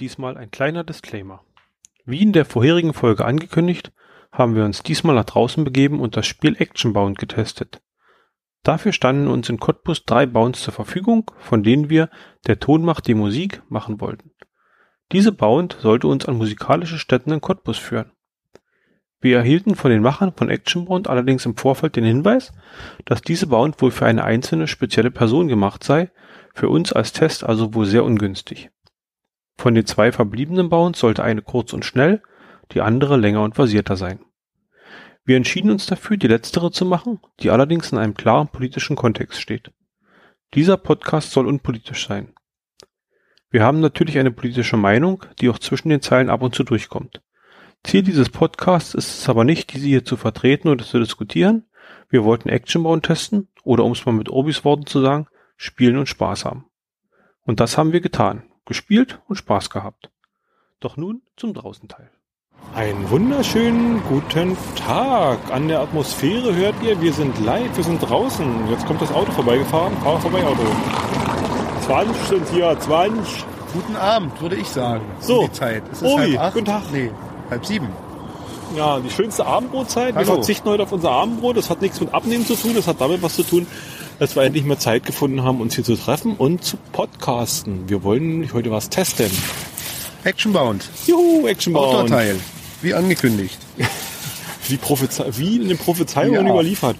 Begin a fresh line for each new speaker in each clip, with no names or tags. Diesmal ein kleiner Disclaimer. Wie in der vorherigen Folge angekündigt, haben wir uns diesmal nach draußen begeben und das Spiel Actionbound getestet. Dafür standen uns in Cottbus drei Bounds zur Verfügung, von denen wir Der Ton macht die Musik machen wollten. Diese Bound sollte uns an musikalische Stätten in Cottbus führen. Wir erhielten von den Machern von Actionbound allerdings im Vorfeld den Hinweis, dass diese Bound wohl für eine einzelne spezielle Person gemacht sei, für uns als Test also wohl sehr ungünstig. Von den zwei verbliebenen Bounds sollte eine kurz und schnell, die andere länger und versierter sein. Wir entschieden uns dafür, die letztere zu machen, die allerdings in einem klaren politischen Kontext steht. Dieser Podcast soll unpolitisch sein. Wir haben natürlich eine politische Meinung, die auch zwischen den Zeilen ab und zu durchkommt. Ziel dieses Podcasts ist es aber nicht, diese hier zu vertreten oder zu diskutieren. Wir wollten Actionbound testen oder um es mal mit Obis Worten zu sagen, spielen und Spaß haben. Und das haben wir getan. Gespielt und Spaß gehabt. Doch nun zum Draußenteil.
Einen wunderschönen guten Tag. An der Atmosphäre hört ihr, wir sind live, wir sind draußen. Jetzt kommt das Auto vorbeigefahren. Fahr vorbei, Auto. 20 sind hier, 20.
Guten Abend, würde ich sagen.
So,
Um die Zeit. Es ist
Obi,
halb acht.
guten Tag.
Nee, halb sieben.
Ja, die schönste Abendbrotzeit. Wir
Hallo.
verzichten heute auf unser Abendbrot. Das hat nichts mit Abnehmen zu tun. Das hat damit was zu tun, dass wir endlich mal Zeit gefunden haben, uns hier zu treffen und zu podcasten. Wir wollen nämlich heute was testen.
Actionbound,
Juhu, Action Bound.
Outdoor-Teil, wie angekündigt.
Wie, Prophezei wie in den Prophezeiungen
Ja.
überliefert.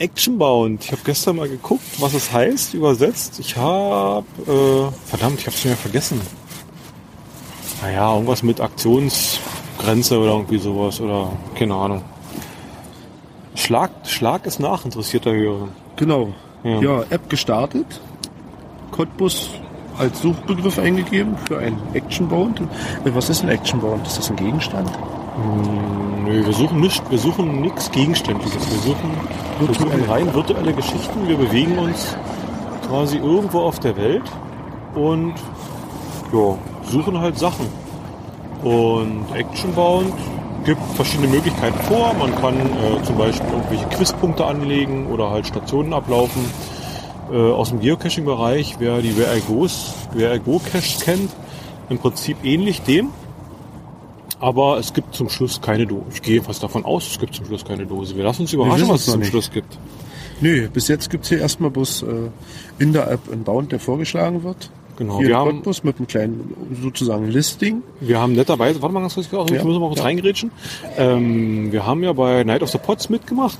Actionbound. Ich habe gestern mal geguckt, was es heißt, übersetzt. Ich habe... Äh, verdammt, ich habe es mir vergessen. Naja, irgendwas mit Aktionsgrenze oder irgendwie sowas. Oder keine Ahnung. Schlag, Schlag ist nach, interessierter Hörer.
Genau.
Ja.
Ja. App gestartet. Cottbus als Suchbegriff eingegeben für ein Actionbound. Äh, Was ist ein Actionbound? Ist das ein Gegenstand?
Nö, wir suchen nicht, wir suchen nichts Gegenständliches. Wir suchen, wir suchen
Virtuell.
rein virtuelle Geschichten. Wir bewegen uns quasi irgendwo auf der Welt und ja, suchen halt Sachen. Und Actionbound gibt verschiedene Möglichkeiten vor. Man kann äh, zum Beispiel irgendwelche Quizpunkte anlegen oder halt Stationen ablaufen. Äh, aus dem Geocaching-Bereich, wer die Where I Goes, Where I Go Cache kennt, im Prinzip ähnlich dem. Aber es gibt zum Schluss keine Dose. Ich gehe fast davon aus, es gibt zum Schluss keine Dose. Wir lassen uns überraschen,
wissen
was es
es noch
zum
nicht.
Schluss gibt.
Nö, bis jetzt gibt's hier erstmal bloß äh, in der App ein Bound, der vorgeschlagen wird.
Genau,
Hier
wir
in
haben-
Cottbus mit einem kleinen sozusagen Listing.
Wir haben netterweise, warte mal ganz kurz, ich muss
Ja,
mal kurz
ja.
reingrätschen. Ähm, wir haben ja bei Night of the Pots mitgemacht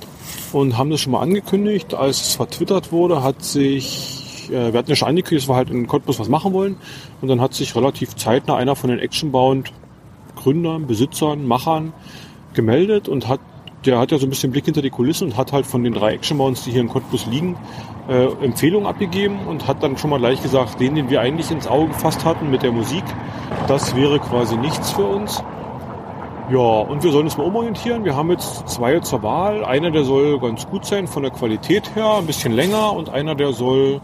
und haben das schon mal angekündigt. Als es vertwittert wurde, hat sich, äh, wir hatten ja schon angekündigt, dass wir halt in Cottbus was machen wollen. Und dann hat sich relativ zeitnah einer von den Actionbound Gründern, Besitzern, Machern gemeldet und hat, der hat ja so ein bisschen Blick hinter die Kulissen und hat halt von den drei Actionbounds, die hier in Cottbus liegen, äh, Empfehlungen abgegeben und hat dann schon mal gleich gesagt, den, den wir eigentlich ins Auge gefasst hatten mit der Musik, das wäre quasi nichts für uns. Ja, und wir sollen uns mal umorientieren. Wir haben jetzt zwei zur Wahl. Einer, der soll ganz gut sein von der Qualität her, ein bisschen länger und einer, der soll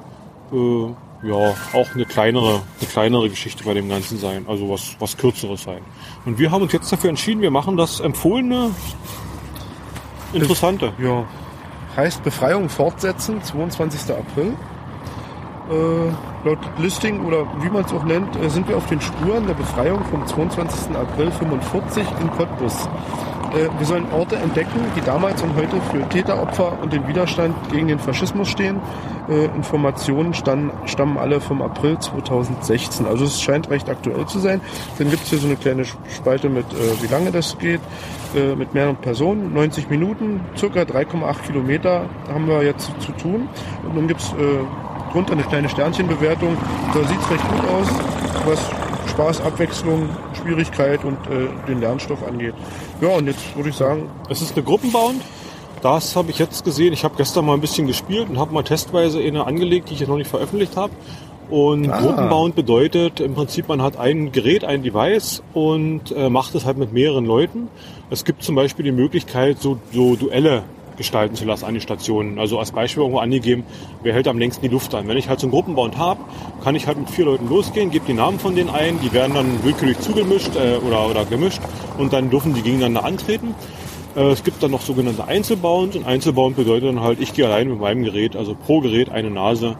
äh, ja auch eine kleinere, eine kleinere Geschichte bei dem Ganzen sein, also was, was kürzeres sein. Und wir haben uns jetzt dafür entschieden, wir machen das empfohlene, interessante.
Ja. Heißt Befreiung fortsetzen, 22. April. Äh, laut Listing oder wie man es auch nennt, äh, sind wir auf den Spuren der Befreiung vom 22. April 45 in Cottbus. Äh, wir sollen Orte entdecken, die damals und heute für Täter, Opfer und den Widerstand gegen den Faschismus stehen. Äh, Informationen stammen, stammen alle vom April 2016. Also es scheint recht aktuell zu sein. Dann gibt's hier so eine kleine Spalte mit, äh, wie lange das geht, äh, mit mehreren Personen. 90 Minuten, circa 3,8 Kilometer haben wir jetzt zu tun. Und dann gibt's äh, drunter eine kleine Sternchenbewertung. Da sieht's recht gut aus, was Spaß, Abwechslung, Schwierigkeit und äh, den Lernstoff angeht. Ja, und jetzt würde ich sagen,
Es ist eine Gruppenbound. Das habe ich jetzt gesehen. Ich habe gestern mal ein bisschen gespielt und habe mal testweise eine angelegt, die ich jetzt noch nicht veröffentlicht habe. Und
Ah.
Gruppenbound bedeutet im Prinzip, man hat ein Gerät, ein Device und äh, macht es halt mit mehreren Leuten. Es gibt zum Beispiel die Möglichkeit, so, so Duelle gestalten zu lassen an den Stationen. Also als Beispiel irgendwo angegeben, wer hält am längsten die Luft an. Wenn ich halt so einen Gruppenbound habe, kann ich halt mit vier Leuten losgehen, gebe die Namen von denen ein, die werden dann willkürlich zugemischt äh, oder, oder gemischt und dann dürfen die gegeneinander antreten. Äh, Es gibt dann noch sogenannte Einzelbounds und Einzelbound bedeutet dann halt, ich gehe allein mit meinem Gerät, also pro Gerät eine Nase,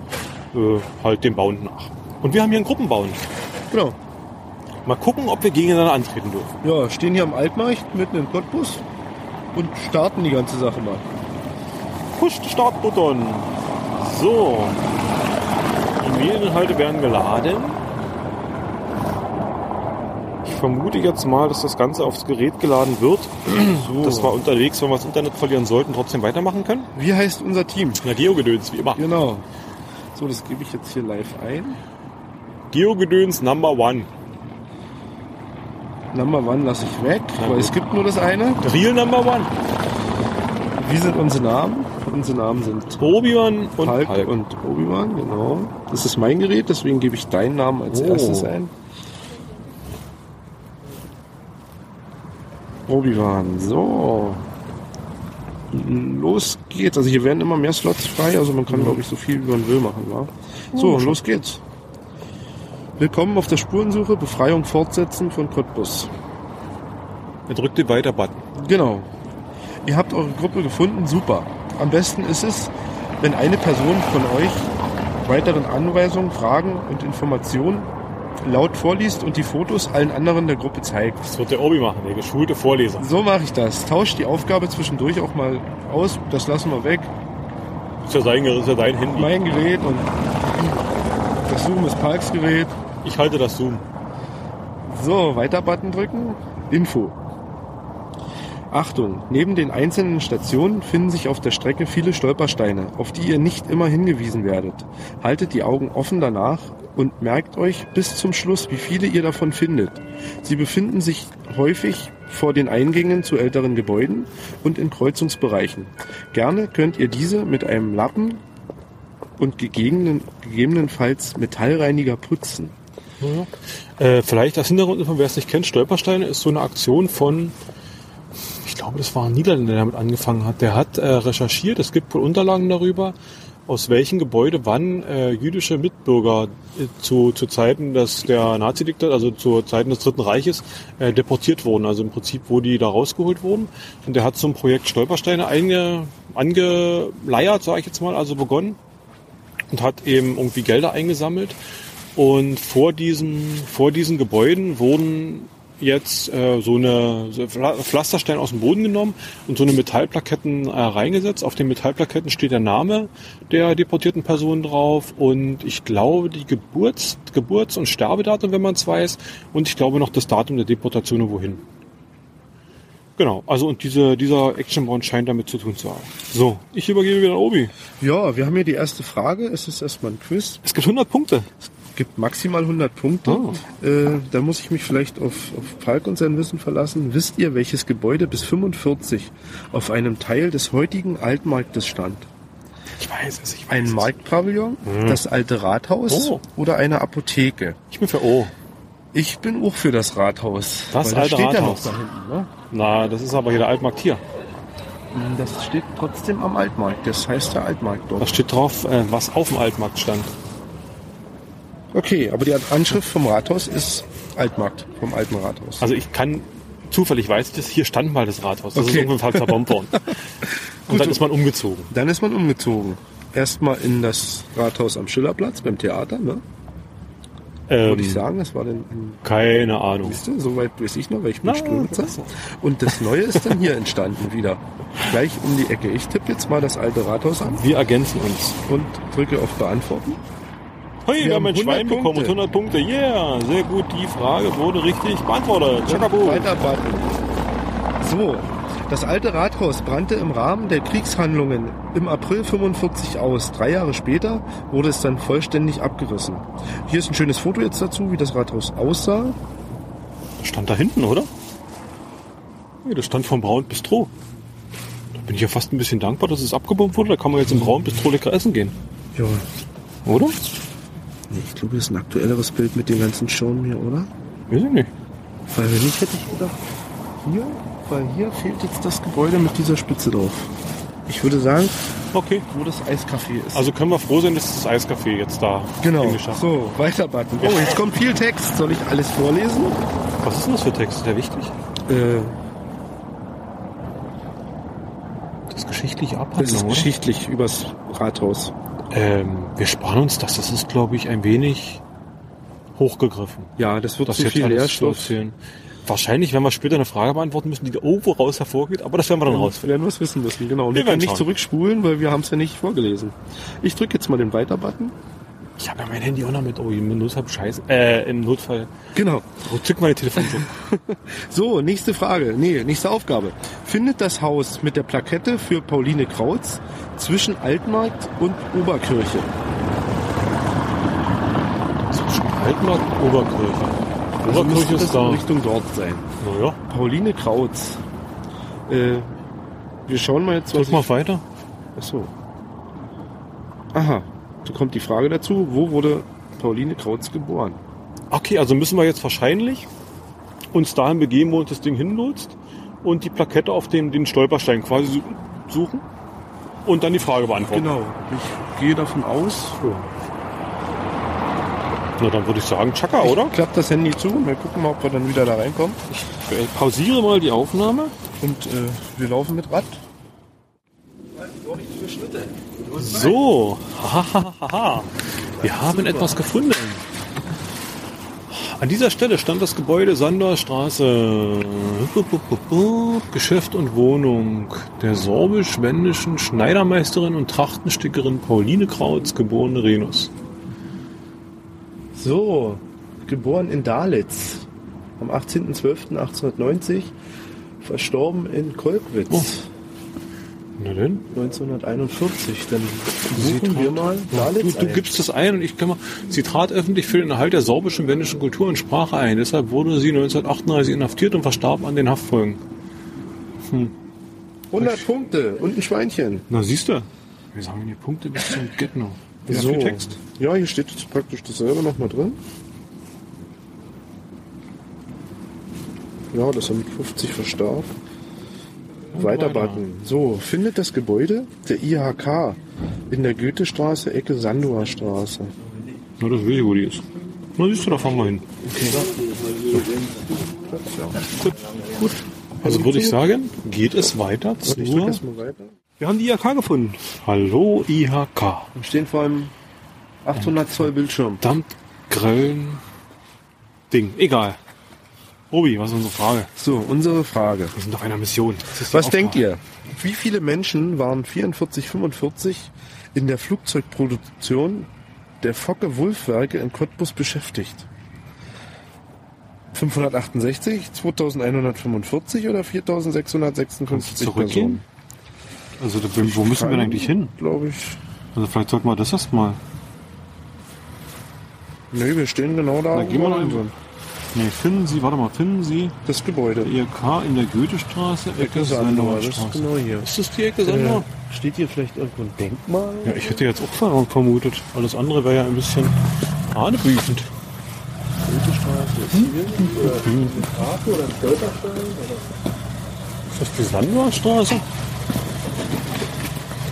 äh, halt dem Bound nach. Und wir haben hier einen Gruppenbound.
Genau.
Mal gucken, ob wir gegeneinander antreten dürfen.
Ja, stehen hier am Altmarkt mitten in Cottbus und starten die ganze Sache mal.
Push the Startbutton. So. Die Medieninhalte werden geladen. Ich vermute jetzt mal, dass das Ganze aufs Gerät geladen wird.
So.
Dass wir unterwegs, wenn wir das Internet verlieren sollten, trotzdem weitermachen können.
Wie heißt unser Team?
Na, Geogedöns, wie immer.
Genau. So, das gebe ich jetzt hier live ein.
Geogedöns Number One.
Number One lasse ich weg,
Na
weil
gut.
es gibt nur das eine.
Real Number One.
Wie sind unsere Namen? Unsere Namen sind
Obi-Wan und
Hulk,
Hulk.
und Obi-Wan, genau. Das ist mein Gerät, deswegen gebe ich deinen Namen als
Oh.
erstes ein. Obi-Wan, so. Los geht's. Also hier werden immer mehr Slots frei, also man kann, glaube ich, so viel wie man will machen, wa? So, los geht's. Willkommen auf der Spurensuche, Befreiung fortsetzen von Cottbus.
Er drückt den Weiter-Button.
Genau. Ihr habt eure Gruppe gefunden, super. Am besten ist es, wenn eine Person von euch weiteren Anweisungen, Fragen und Informationen laut vorliest und die Fotos allen anderen der Gruppe zeigt.
Das wird der Obi machen, der geschulte Vorleser.
So mache ich das. Tauscht die Aufgabe zwischendurch auch mal aus. Das lassen wir weg.
Ist ja sein, ist ja dein Handy.
Mein Gerät und das Zoom ist Parks Gerät.
Ich halte das Zoom.
So, Weiter-Button drücken. Info. Achtung, neben den einzelnen Stationen finden sich auf der Strecke viele Stolpersteine, auf die ihr nicht immer hingewiesen werdet. Haltet die Augen offen danach und merkt euch bis zum Schluss, wie viele ihr davon findet. Sie befinden sich häufig vor den Eingängen zu älteren Gebäuden und in Kreuzungsbereichen. Gerne könnt ihr diese mit einem Lappen und gegeben- gegebenenfalls Metallreiniger putzen.
Äh, vielleicht als Hintergrundinfo, wer es nicht kennt, Stolpersteine ist so eine Aktion von, ich glaube, das war ein Niederländer, der damit angefangen hat. Der hat äh, recherchiert, es gibt wohl Unterlagen darüber, aus welchen Gebäude wann äh, jüdische Mitbürger äh, zu, zu Zeiten des, der Nazi-Diktatur, also zu Zeiten des Dritten Reiches, äh, deportiert wurden. Also im Prinzip, wo die da rausgeholt wurden. Und der hat so ein Projekt Stolpersteine einge, angeleiert, sage ich jetzt mal, also begonnen und hat eben irgendwie Gelder eingesammelt. Und vor diesen, vor diesen Gebäuden wurden jetzt äh, so eine so Pfla- Pflastersteine aus dem Boden genommen und so eine Metallplaketten äh, reingesetzt. Auf den Metallplaketten steht der Name der deportierten Person drauf und ich glaube die Geburts-, Geburts und Sterbedatum, wenn man es weiß, und ich glaube noch das Datum der Deportation und wohin. Genau, also und diese, dieser Actionbound scheint damit zu tun zu haben. So, ich übergebe wieder an Obi.
Ja, wir haben hier die erste Frage. Es ist erstmal ein Quiz.
Es gibt 100 Punkte.
Gibt maximal 100 Punkte.
Oh.
Äh, da muss ich mich vielleicht auf, auf Falk und sein Wissen verlassen. Wisst ihr, welches Gebäude bis 45 auf einem Teil des heutigen Altmarktes stand?
Ich weiß es, ich weiß
Ein
es.
Marktpavillon, das alte Rathaus
Hm. Oh.
oder eine Apotheke?
Ich bin für O.
Ich bin auch für das Rathaus.
Das
weil
alte
steht ja noch
Rathaus.
da hinten, ne?
Na, das ist aber hier der Altmarkt hier.
Das steht trotzdem am Altmarkt. Das heißt der Altmarkt dort.
Da steht drauf, äh, was auf dem Altmarkt stand.
Okay, aber die Anschrift vom Rathaus ist Altmarkt, vom alten Rathaus.
Also ich kann, zufällig weiß ich das, hier stand mal das Rathaus. Das ist
Okay.
irgendwann ver- verbombt worden. Und dann ist man umgezogen.
Dann ist man umgezogen. Erstmal in das Rathaus am Schillerplatz beim Theater, ne? Würde ich
Ähm,
sagen, das war dann in
keine Ahnung.
Liste, soweit weiß ich noch, weil ich bin
Na,
Strömitzer.
das ist
Und das Neue ist dann hier entstanden wieder. Gleich um die Ecke. Ich tippe jetzt mal das alte Rathaus an
Wir ergänzen uns.
und drücke auf Beantworten.
Hey, wir, haben
Wir haben
ein Schwein
100 Punkte.
bekommen und 100 Punkte. Yeah, sehr gut. Die Frage wurde richtig beantwortet. Chakaboo.
Weiter warten. So, das alte Rathaus brannte im Rahmen der Kriegshandlungen im April 45 aus. Drei Jahre später wurde es dann vollständig abgerissen. Hier ist ein schönes Foto jetzt dazu, wie das Rathaus aussah.
Stand da hinten, oder? Nee, das stand vom Braun Bistro. Da bin ich ja fast ein bisschen dankbar, dass es abgebombt wurde. Da kann man
Mhm.
jetzt im Braun Bistro lecker essen gehen.
Ja,
Oder?
Nee, ich glaube, das ist ein aktuelleres Bild mit den ganzen Schirmen hier, oder?
Weiß ich nicht.
Weil wenn nicht, hätte ich gedacht, hier, weil hier fehlt jetzt das Gebäude mit dieser Spitze drauf. Ich würde sagen,
Okay.
wo das Eiscafé ist.
Also können wir froh sein, dass das Eiscafé jetzt da
genau.
hingeschafft hat.
So, weiter Button. Oh, jetzt kommt viel Text. Soll ich alles vorlesen?
Was ist denn das für Text? Ist der wichtig?
Äh,
Das ist geschichtliche
das ist
Abhandlung, oder?
geschichtlich übers Rathaus.
Ähm, wir sparen uns das. Das ist, glaube ich, ein wenig hochgegriffen.
Ja, das wird zu
jetzt
viel
alles
Leerstoff.
erzählen. Wahrscheinlich werden wir später eine Frage beantworten müssen, die da irgendwo raus hervorgeht, aber das werden wir dann rausfinden.
werden wir es wissen müssen, genau. Und
Wir
wir, können
werden
nicht
schauen.
zurückspulen, weil wir haben es ja nicht vorgelesen. Ich drücke jetzt mal den Weiter-Button.
Ich habe ja mein Handy auch noch mit. Oh, im Notfall scheiße. Äh, im Notfall.
Genau.
Zück mal die Telefonbuch.
So, nächste Frage. Nee, nächste Aufgabe. Findet das Haus mit der Plakette für Pauline Krautz zwischen Altmarkt und Oberkirche?
Zwischen Altmarkt und Oberkirche.
Also
Oberkirche
müsste das
ist
in
da.
Richtung dort sein.
Naja,
Pauline Krautz. Äh, wir schauen mal jetzt, was
drück mal weiter.
ich... Achso. Aha. Da kommt die Frage dazu, wo wurde Pauline Krautz geboren?
Okay, also müssen wir jetzt wahrscheinlich uns dahin begeben, wo uns das Ding hinlotst und die Plakette auf dem, den Stolperstein quasi su- suchen und dann die Frage beantworten.
Genau. Ich gehe davon aus.
Na, dann würde Genau. ich sagen, Chaka, oder?
Ich klappe das Handy zu und wir gucken mal, ob wir dann wieder da reinkommen.
Ich pausiere mal die Aufnahme.
Und äh, wir laufen mit Rad.
So, hahaha. Wir haben etwas gefunden. An dieser Stelle stand das Gebäude Sanderstraße. Geschäft und Wohnung der sorbisch-wendischen Schneidermeisterin und Trachtenstickerin Pauline Krautz, geborene Renus.
So, geboren in Dalitz am 18.12.1890, verstorben in Kolkwitz
Oh. Na denn?
1941. Dann suchen wir mal
Du,
Dalitz
du
ein.
gibst es ein und ich kann mal. Sie trat öffentlich für den Erhalt der sorbischen wendischen Kultur und Sprache ein. Deshalb wurde sie 1938 inhaftiert und verstarb an den Haftfolgen.
100 Punkte und ein Schweinchen.
Na siehst du, wir sammeln hier Punkte bis zum Getno. Wie viel Text?
Ja, hier steht jetzt praktisch dasselbe nochmal drin. Ja, das er mit 50 verstarb. Weiter
weiter.
Button. So, findet das Gebäude der IHK in der Goethestraße, Ecke Sandower Straße.
Na, das will ich, wo die ist. Na siehst du, da fahren wir hin.
Gut.
Also würde ich sagen, geht es weiter
Ich drücke
zur...
erstmal weiter.
Wir haben die IHK gefunden.
Hallo IHK.
Wir stehen vor einem 800 Zoll Bildschirm.
Verdammt grellen Ding. Egal. Robi, was ist unsere Frage?
So, unsere Frage.
Wir sind auf einer Mission. Das ist die
Was
Aufgabe.
denkt ihr? Wie viele Menschen waren 44, 45 in der Flugzeugproduktion der Focke-Wulf-Werke in Cottbus beschäftigt? 568, 2145 oder
Kannst du
4656
zurückgehen?
Personen?
Also da, wo müssen wir denn eigentlich hin?
Glaube ich.
Also vielleicht sollten wir das erstmal...
Nee, wir stehen genau da.
Na,
wo
gehen wir
wir
noch
hin
hin.
sind.
Nee, finden Sie, warte mal, finden Sie
Das Gebäude.
IHK E in der Goethestraße, Ecke
Das ist Andor,
Sandower
das ist
Straße.
genau hier.
Ist das die Ecke
Äh,
Sandower?
steht hier vielleicht irgendwo ein Denkmal?
Ja, ich hätte jetzt auch Verwirrung vermutet. Alles andere wäre ja ein bisschen hanebüchend. Hm? Ist das die Sandorstraße?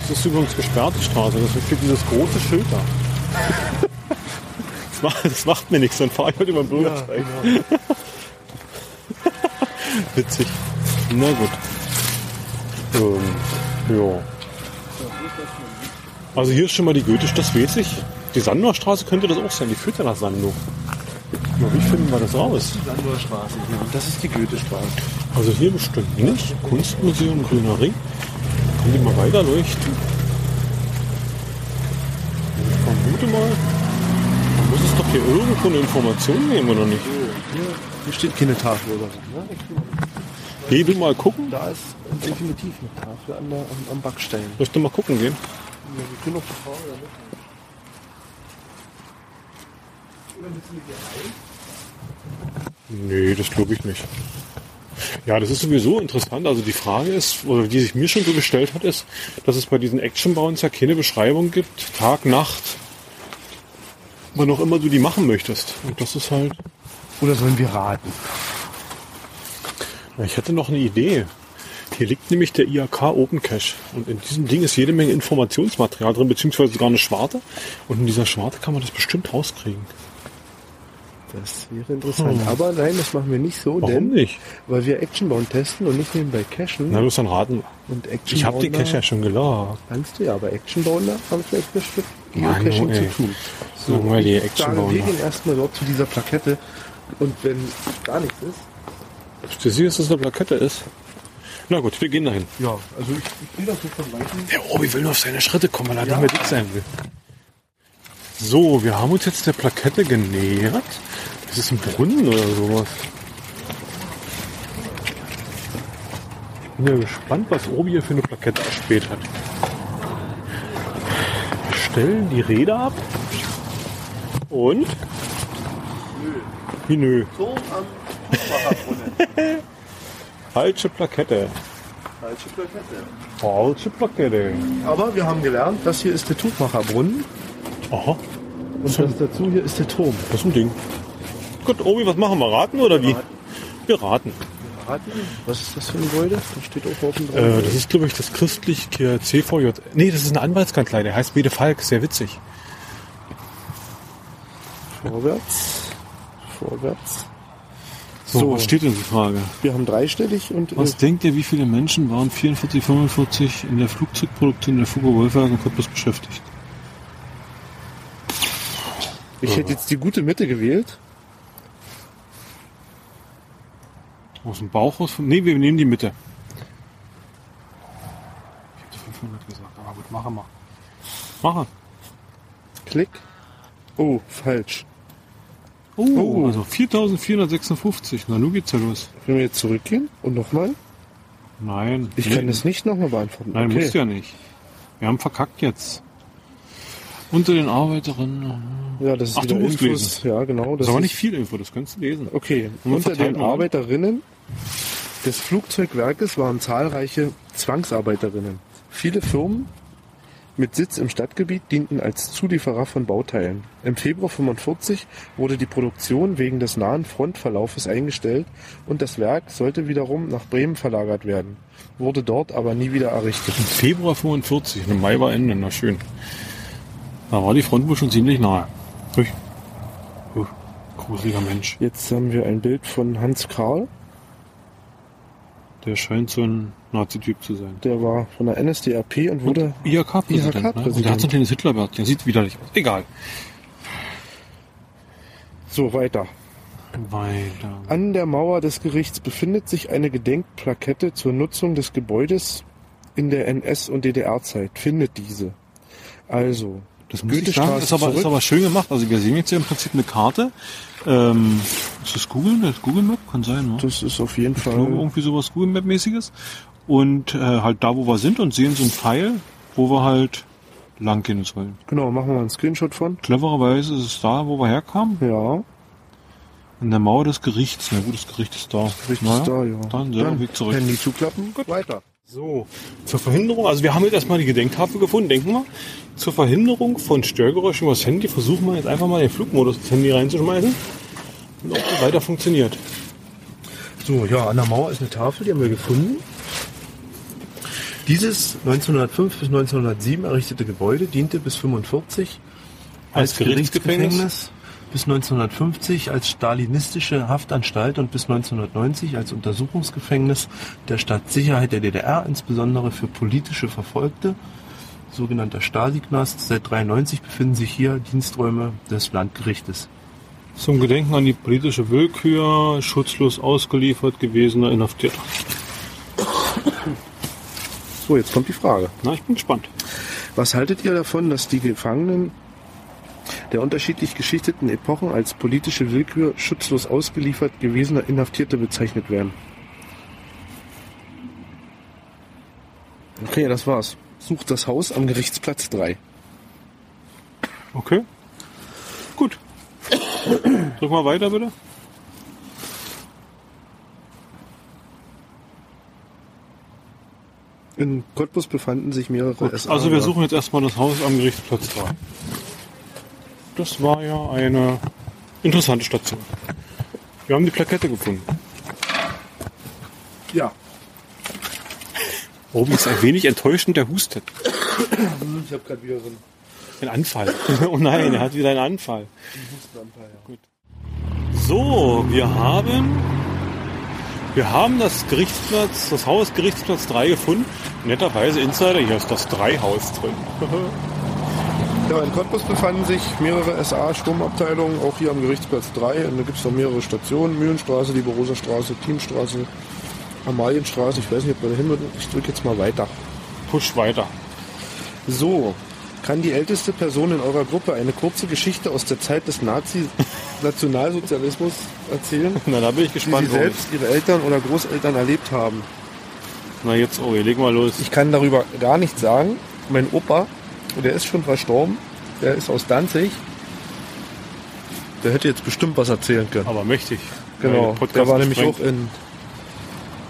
Das ist übrigens gesperrte Straße, deswegen steht dieses große Schild da. Das macht, das macht mir nichts, dann fahre ich heute über den Bürgersteig. Witzig. Na gut. Ähm, ja. Also hier ist schon mal die Goethe, das weiß ich. Die Sandorstraße könnte das auch sein, die führt ja nach Sandow. Na, wie finden wir das raus?
Landwehrstraße, ja. Und das ist die Goethestraße.
Also hier bestimmt nicht. Kunstmuseum Grüner Ring. Können die mal weiterleuchten? Ich vermute mal, da muss es doch hier irgendwo eine Information geben, oder nicht?
Hier steht keine Tafel oder so. Ne?
Geh du mal gucken.
Da ist definitiv eine Tafel an der, am, am Backstein.
Möchte mal gucken gehen.
Wir können auch die ne? Frage damit.
Nee, das glaube ich nicht. Ja, das ist sowieso interessant. Also die Frage ist, oder die sich mir schon so gestellt hat, ist, dass es bei diesen Action-Bounds ja keine Beschreibung gibt, Tag, Nacht, wann auch immer du die machen möchtest. Und das ist halt...
Oder sollen wir raten?
Ja, Ich hätte noch eine Idee. Hier liegt nämlich der IAK Open Cache. Und in diesem Ding ist jede Menge Informationsmaterial drin, beziehungsweise sogar eine Schwarte. Und in dieser Schwarte kann man das bestimmt rauskriegen.
Das wäre interessant. Aber nein, das machen wir nicht so,
Hm. Warum
denn
nicht?
weil wir Actionbound testen und nicht nebenbei cashen.
Na, los, dann raten.
Und äh,
Ich habe den
Actionbounder-
Cache ja schon geladen.
Kannst du ja, aber Actionbounder haben vielleicht bestimmt Geocaching
Mann,
zu
ey.
tun.
Langweilige
ich
Action
sage,
bauen.
wir gehen erstmal dort zu dieser Plakette und wenn gar nichts ist,
Du siehst, dass es eine Plakette ist. Na gut, wir gehen dahin.
ja, also ich, ich will das so von weitem.
Der Obi will nur auf seine Schritte kommen, weil er nicht mehr dick sein will. So, wir haben uns jetzt der Plakette genähert. Das ist ein Brunnen oder sowas. Bin ja gespannt, was Obi hier für eine Plakette erspäht hat. Wir stellen die Räder ab. Und? Wie nö.
So am Schumacherbrunnen.
Falsche Plakette.
Falsche Plakette.
Falsche Plakette.
Aber wir haben gelernt, das hier ist der Tuchmacherbrunnen
Aha,
und das dazu hier ist der Turm.
das ist ein Ding. Gut, Obi, was machen wir? Raten oder wie? Wir raten.
Raten, was ist das für ein Gebäude? Da steht auch oben drauf.
Äh, das ist, glaube ich, das christliche CVJ. Nee, das ist eine Anwaltskanzlei, der heißt Bede Falk, sehr witzig.
Vorwärts. Vorwärts.
So,
So.
was steht denn die Frage?
Wir haben dreistellig und
Was
äh,
denkt ihr, wie viele Menschen waren 44, 45 in der Flugzeugproduktion der Fugo Wolfgang Cottbus beschäftigt?
ich hätte jetzt die gute Mitte gewählt.
Aus dem Bauch raus? Nee, wir nehmen die Mitte. Ich hätte 500 gesagt, aber gut, machen wir. Machen.
Klick. Oh, falsch.
Oh,
Oh.
also 4456. Na, nun geht's ja los.
Wenn wir jetzt zurückgehen und nochmal.
Nein.
Ich
nee.
kann das nicht nochmal beantworten.
Nein,
okay.
musst ja nicht. Wir haben verkackt jetzt. Unter den Arbeiterinnen.
Ja, das ist
Ach, du
wieder
musst
Infos. Ja, genau.
Das ist aber nicht
ist-
viel Info, das kannst du lesen.
Okay.
Und wir
Unter
verteilen
den
mal.
Arbeiterinnen des Flugzeugwerkes waren zahlreiche Zwangsarbeiterinnen. Viele Firmen mit Sitz im Stadtgebiet dienten als Zulieferer von Bauteilen. Im Februar 45 wurde die Produktion wegen des nahen Frontverlaufes eingestellt und das Werk sollte wiederum nach Bremen verlagert werden, wurde dort aber nie wieder errichtet.
Februar 45, im Mai war Ende, na schön. Da war die Front wohl schon ziemlich nahe. Ui. Ui. Gruseliger Mensch.
Jetzt haben wir ein Bild von Hans Karl,
Der scheint so ein Nazi-Typ zu sein.
der war von der NSDAP und wurde
IHK-Präsident. Ne?
IHK-Präsident.
Und der hat so ein kleines Hitlerbart, der sieht widerlich aus. Egal.
so weiter.
Weiter.
An der Mauer des Gerichts befindet sich eine Gedenkplakette zur Nutzung des Gebäudes in der NS- und DDR-Zeit. Findet diese. Also,
Das muss ich sagen, ist aber, ist
zurück.
aber schön gemacht. Also wir sehen jetzt hier im Prinzip eine Karte. Ähm, ist das Google? Das Google Map? Kann sein, ne?
das ist auf jeden Fall.
glaube, irgendwie sowas Google Map mäßiges. Und äh, halt da, wo wir sind und sehen so einen Pfeil, wo wir halt lang gehen sollen.
Genau, machen wir mal einen Screenshot von.
Clevererweise ist es da, wo wir herkamen,
Ja,
an der Mauer des Gerichts. Na gut, das Gericht ist da.
richtig
Naja,
da, ja.
Dann selber Weg zurück.
Handy zuklappen, Gut. weiter.
So, zur Verhinderung, also wir haben jetzt erstmal die Gedenktafel gefunden, denken wir. Zur Verhinderung von Störgeräuschen übers Handy versuchen wir jetzt einfach mal den Flugmodus ins Handy reinzuschmeißen und ob das weiter funktioniert.
So, ja, an der Mauer ist eine Tafel, die haben wir gefunden. Dieses 1905 bis 1907 errichtete Gebäude diente bis 1945 als Gerichtsgefängnis, bis 1950 als stalinistische Haftanstalt und bis 1990 als Untersuchungsgefängnis der Stadtsicherheit der DDR, insbesondere für politische Verfolgte, sogenannter Stasi-Knast. Seit 93 befinden sich hier Diensträume des Landgerichtes.
Zum Gedenken an die politische Willkür schutzlos ausgeliefert gewesener Inhaftierter.
So, jetzt kommt die Frage.
Na, ich bin gespannt.
Was haltet ihr davon, dass die Gefangenen der unterschiedlich geschichteten Epochen als politische Willkür schutzlos ausgeliefert gewesener Inhaftierte bezeichnet werden? Okay, das war's. Sucht das Haus am Gerichtsplatz 3.
Okay. Gut. Drück mal weiter, bitte.
In Cottbus befanden sich mehrere SA.
Also wir suchen jetzt erstmal das Haus am Gerichtsplatz 3. Das war ja eine interessante Station. Wir haben die Plakette gefunden.
Ja,
Oben ist ein wenig enttäuschend, der hustet.
ich habe gerade wieder so einen
Ein Anfall. oh nein, er hat wieder einen Anfall.
Hustenanfall.
So, wir haben, wir haben das Gerichtsplatz, das Haus Gerichtsplatz 3 gefunden. Netterweise Insider, hier ist das 3-Haus drin.
Ja. Ja, in Cottbus befanden sich mehrere SA-Sturmabteilungen, auch hier am Gerichtsplatz 3. Und da gibt es noch mehrere Stationen. Mühlenstraße, Lieberoser Straße, Thiemstraße, Amalienstraße. Ich weiß nicht, ob wir da hin würden. Ich drücke jetzt mal weiter.
Push weiter.
So, kann die älteste Person in eurer Gruppe eine kurze Geschichte aus der Zeit des Nazi-Nationalsozialismus erzählen,
Na, da bin ich
die sie
gespannt. Robin.
selbst, ihre Eltern oder Großeltern erlebt haben?
Na jetzt, Ori, leg mal los.
Ich kann darüber gar nichts sagen. Mein Opa, der ist schon verstorben, der ist aus Danzig. Der hätte jetzt bestimmt was erzählen können.
Aber mächtig. Weil
Genau,
Podcast
der war nämlich auch
sprengt.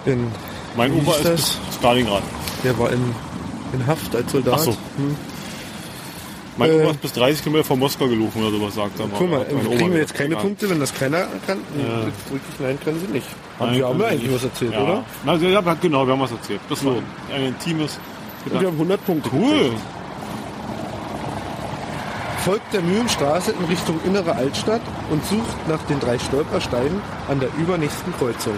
in, in
Mein
wie
Opa ist
hieß das?
bis Stalingrad.
der war in, in Haft als Soldat.
Ach so.
Hm.
Mein
Äh,
Opa ist bis 30 Kilometer von Moskau gelaufen oder sowas, sagt er mal.
Guck mal, also
Hat mein Oma
kriegen wir
gesagt.
jetzt keine
Ja.
Punkte, wenn das keiner kann.
Ja.
Wirklich nein, können sie nicht.
Nein,
Und wir
können
haben ja
wir
eigentlich
nicht.
was erzählt,
ja.
oder?
Na, ja, ja, genau, wir haben was erzählt. Das war ein, ein intimes.
Und wir haben 100 Punkte.
Cool.
folgt der Mühlenstraße in Richtung innere Altstadt und sucht nach den drei Stolpersteinen an der übernächsten Kreuzung.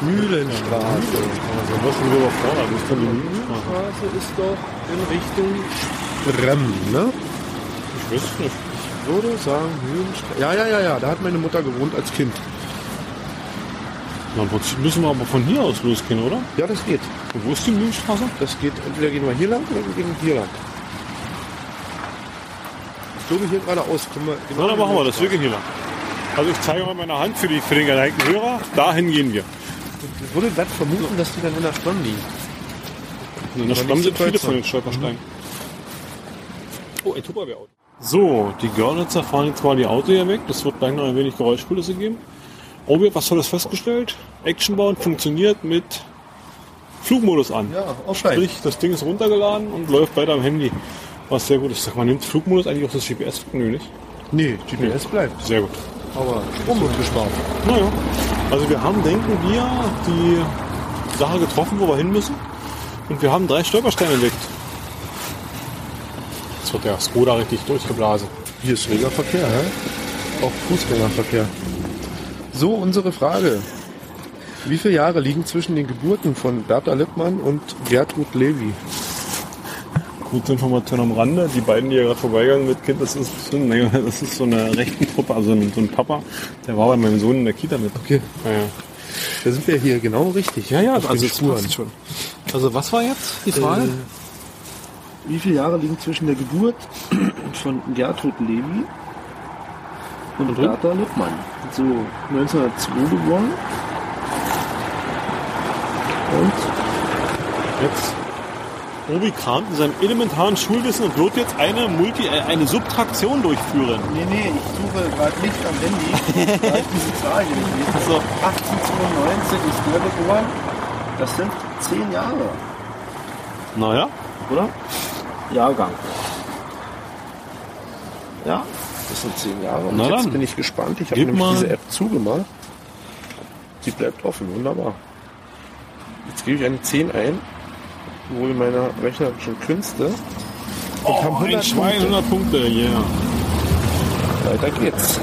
Mühlenstraße.
Also, was sind wir überfordert? Das können die Minuten
Mühlenstraße ist doch in Richtung Bremen, ne?
Ich weiß nicht.
Ich würde sagen Mühlenstraße. Ja, ja, ja, ja, da hat meine Mutter gewohnt als Kind.
Na, im Prinzip müssen wir aber von hier aus losgehen, oder?
Ja, das geht.
Und Wo ist die Mühlenstraße?
Das geht, entweder gehen wir hier lang oder wir gehen hier lang. Ich glaube, hier geradeaus. Können wir
Na, dann machen wir das. Wir gehen hier lang. Also ich zeige mal meine Hand für, die, für den geneigten Hörer. Dahin gehen wir.
Ich würde glatt vermuten, dass die dann in der Stamm liegen.
Und da stammen
nächste
sind viele
Kreuzung.
von den Stolpersteinen. Oh, ein Tupperware-Auto. So, die Görlitzer fahren jetzt mal die Auto hier weg. Das wird gleich noch ein wenig Geräuschkulisse geben. Obi hat was Tolles festgestellt. Actionbound funktioniert mit Flugmodus an.
Ja, aufsteigen.
Sprich, das Ding ist runtergeladen und läuft weiter am Handy. Was sehr gut ist. Sag mal, nimmt Flugmodus eigentlich auch das GPS? Nö, nicht?
Nee, GPS bleibt.
Sehr gut.
Aber Strom wird gespart.
Naja, also wir haben, denken wir, die Sache getroffen, wo wir hin müssen. Und wir haben drei Stolpersteine entdeckt. Jetzt wird der Skoda richtig durchgeblasen.
Hier ist reger Verkehr, hä? Auch Fußgängerverkehr. So, unsere Frage. Wie viele Jahre liegen zwischen den Geburten von Bertha Lippmann und Gertrud Levi?
Gute Information am Rande. Die beiden, die hier gerade vorbeigegangen mit Kind, das ist, so eine- das ist so eine rechten Truppe, also ein- so ein Papa, der war bei meinem Sohn in der Kita mit.
Okay,
Naja.
da sind wir hier genau richtig.
Ja, ja,
auf den
also es
Spuren. Äh,
passt schon. Also was war jetzt die Frage?
Frage?
Wie viele Jahre liegen zwischen der Geburt?
Von Gertrud Levi und,
Und?
Bertha Lippmann. So 1902 geboren. Und
Jetzt. Obi kramt in seinem elementaren Schulwissen und wird jetzt eine, Multi, äh, eine Subtraktion durchführen.
Nee, nee, ich suche gerade nicht am Handy, da ich diese Zahl hier nicht lese.
So.
1892 ist der geboren. Das sind zehn Jahre,
Naja,
oder? Jahrgang. Ja,
Das sind zehn Jahre. Und
Na
jetzt
dann.
bin ich gespannt. Ich habe
Gib
nämlich
mal.
diese App zugemacht. Sie bleibt offen, wunderbar. Jetzt gebe ich eine 10 ein. Wohl meiner rechnerischen Künste. Und haben
ein
100
Schwein,
Punkte.
100 Punkte, yeah.
Weiter geht's.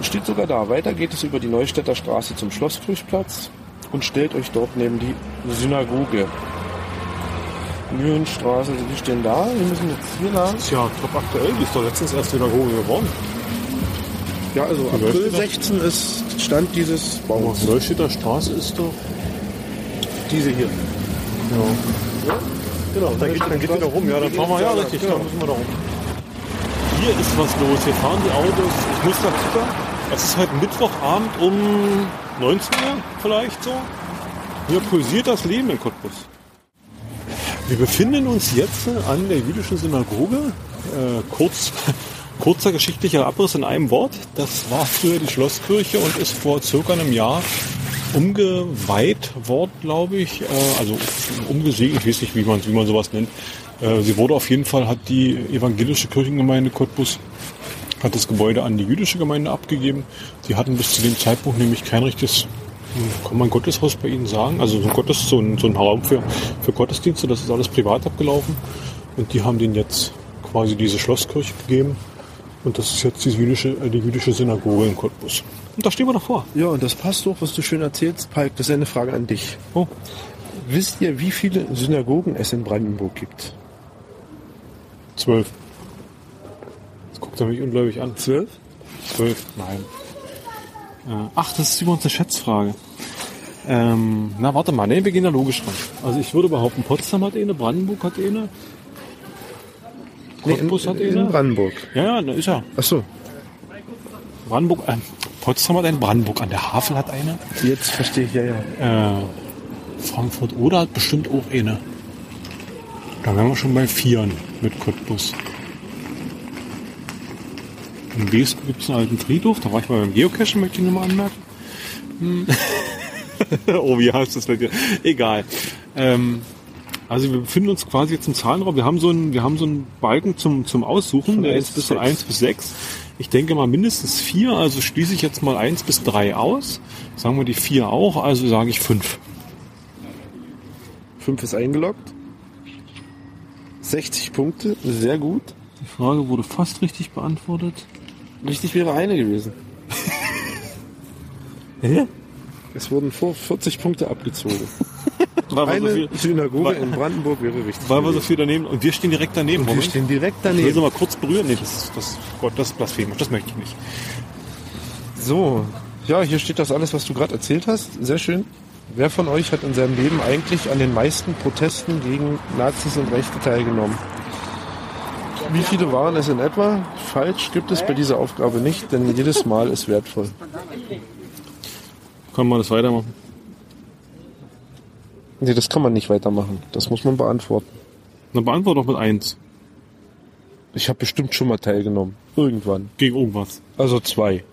Steht sogar da. Weiter geht es über die Neustädter Straße zum Schlosskirchplatz und stellt euch dort neben die Synagoge. Mühlenstraße, die stehen da. Wir müssen jetzt hier lang.
Tja, top aktuell, die ist doch letztens erst Synagoge geworden.
Ja, also April
Neustädter?
16 ist Stand dieses
Oh,
Baus.
Neustädter Straße ist doch...
Diese hier.
Genau, da geht, dann geht wieder rum, ja, dann fahren wir, ja, richtig, genau. dann müssen wir da rum. Hier ist was los, hier fahren die Autos, ich muss da gucken. Es ist heute Mittwochabend um 19 Uhr vielleicht so. Hier pulsiert das Leben in Cottbus. Wir befinden uns jetzt an der jüdischen Synagoge. Äh, kurz, kurzer geschichtlicher Abriss in einem Wort. Das war früher die Schlosskirche und ist vor circa einem Jahr umgeweiht worden, glaube ich. Äh, also umgesegelt, ich weiß nicht, wie man, wie man sowas nennt. Äh, sie wurde auf jeden Fall, hat die evangelische Kirchengemeinde Cottbus hat das Gebäude an die jüdische Gemeinde abgegeben. Sie hatten bis zu dem Zeitpunkt nämlich kein richtiges, hm, kann man Gotteshaus bei ihnen sagen, also so ein, Gottes, so ein, so ein Raum für, für Gottesdienste, das ist alles privat abgelaufen. Und die haben denen jetzt quasi diese Schlosskirche gegeben. Und das ist jetzt die jüdische, äh, die jüdische Synagoge in Cottbus. Und da stehen wir davor.
Ja, und das passt doch, was du schön erzählst, Pike. Das ist eine Frage an dich.
Oh,
Wisst ihr, wie viele Synagogen es in Brandenburg gibt?
Zwölf. Jetzt guckt er mich ungläubig an.
Zwölf?
Zwölf, nein. Äh, ach, das ist übrigens eine Schätzfrage. Ähm, na, warte mal, nee, wir gehen da logisch ran. Also ich würde behaupten, Potsdam hat eine, Brandenburg hat eine.
Nee, in,
Cottbus hat
in
eine.
Brandenburg.
ja, ja, na, ist ja.
Ach so,
Brandenburg, äh, Potsdam hat eine, Brandenburg an der Havel hat eine.
jetzt verstehe ich, ja, ja.
Äh, Frankfurt oder hat bestimmt auch eine. Da wären wir schon bei Vieren mit Cottbus. In Wespen gibt es einen alten Friedhof, da war ich mal beim Geocachen, möchte ich nochmal anmerken. Hm. oh, wie heißt das denn? Egal. Ähm, also wir befinden uns quasi jetzt im Zahlenraum. Wir haben so einen, wir haben so einen Balken zum, zum Aussuchen,
Von
der
1
ist bis
bis
von
6.
1 bis 6. Ich denke mal mindestens 4, also schließe ich jetzt mal 1 bis 3 aus. Sagen wir die 4 auch, also sage ich 5.
Fünf ist eingeloggt. 60 Punkte, sehr gut.
Die Frage wurde fast richtig beantwortet.
Richtig wäre eine gewesen.
Hä?
Es wurden vor 40 Punkte abgezogen.
Weil wir, so
Eine
viel,
Synagoge
weil-
in Brandenburg wäre richtig.
weil wir so
gewesen.
viel daneben und wir stehen direkt daneben.
Und wir
Moment.
stehen direkt
Ich will sie
daneben.
mal kurz berühren. Nee, das ist, das, Gott, das ist blasphemisch. Das möchte ich nicht.
So, ja, hier steht das alles, was du gerade erzählt hast. Sehr schön. Wer von euch hat in seinem Leben eigentlich an den meisten Protesten gegen Nazis und Rechte teilgenommen? Wie viele waren es in etwa? Falsch gibt es bei dieser Aufgabe nicht, denn jedes Mal ist wertvoll.
Können wir das weitermachen?
Nee, das kann man nicht weitermachen. Das muss man beantworten.
Dann beantworte doch mit 1.
Ich habe bestimmt schon mal teilgenommen. Irgendwann.
Gegen irgendwas.
Also zwei.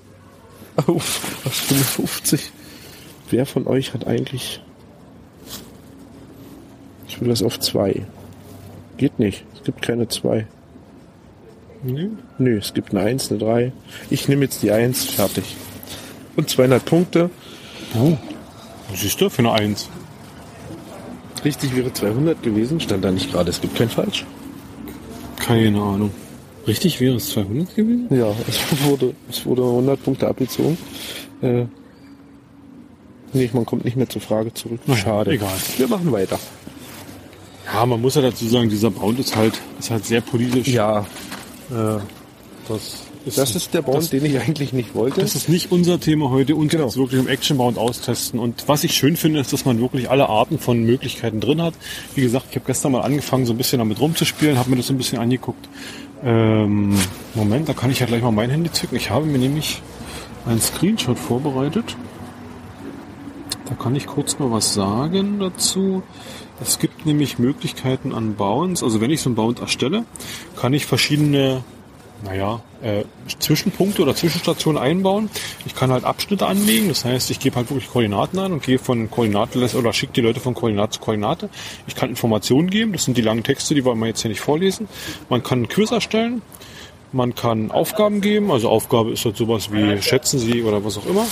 Auf, was 55? Wer von euch hat eigentlich... Ich will das auf zwei. Geht nicht. Es gibt keine zwei.
Nee.
Nö, es gibt eine Eins, eine Drei. Ich nehme jetzt die Eins. Fertig. Und 200 Punkte.
Oh. Siehst du, für eine 1.
Richtig wäre 200 gewesen. Stand da nicht gerade. Es gibt kein Falsch.
Keine Ahnung. Richtig wäre es 200 gewesen?
Ja, es wurde, es wurde 100 Punkte abgezogen. Äh, nee, man kommt nicht mehr zur Frage zurück.
Naja,
Schade.
egal.
Wir machen weiter.
Ja, man muss ja dazu sagen, dieser Bound ist halt, ist halt sehr politisch.
Ja,
das ist,
das ist der Baum,
Das,
den ich eigentlich nicht wollte.
das ist nicht unser Thema heute. Uns
Genau.
geht's wirklich um Action Bound austesten. Und was ich schön finde, ist, dass man wirklich alle Arten von Möglichkeiten drin hat. Wie gesagt, ich habe gestern mal angefangen, so ein bisschen damit rumzuspielen, habe mir das so ein bisschen angeguckt. Ähm, Moment, da kann ich ja gleich mal mein Handy zücken. Ich habe mir nämlich einen Screenshot vorbereitet. Da kann ich kurz mal was sagen dazu. Es gibt nämlich Möglichkeiten an Bounds. Also wenn ich so einen Bound erstelle, kann ich verschiedene, naja, äh, Zwischenpunkte oder Zwischenstationen einbauen. Ich kann halt Abschnitte anlegen. Das heißt, ich gebe halt wirklich Koordinaten an und gehe von Koordinate oder schicke die Leute von Koordinate zu Koordinate. Ich kann Informationen geben. Das sind die langen Texte, die wollen wir jetzt hier nicht vorlesen. Man kann einen Quiz erstellen. Man kann Aufgaben geben, also Aufgabe ist halt sowas wie schätzen Sie oder was auch immer.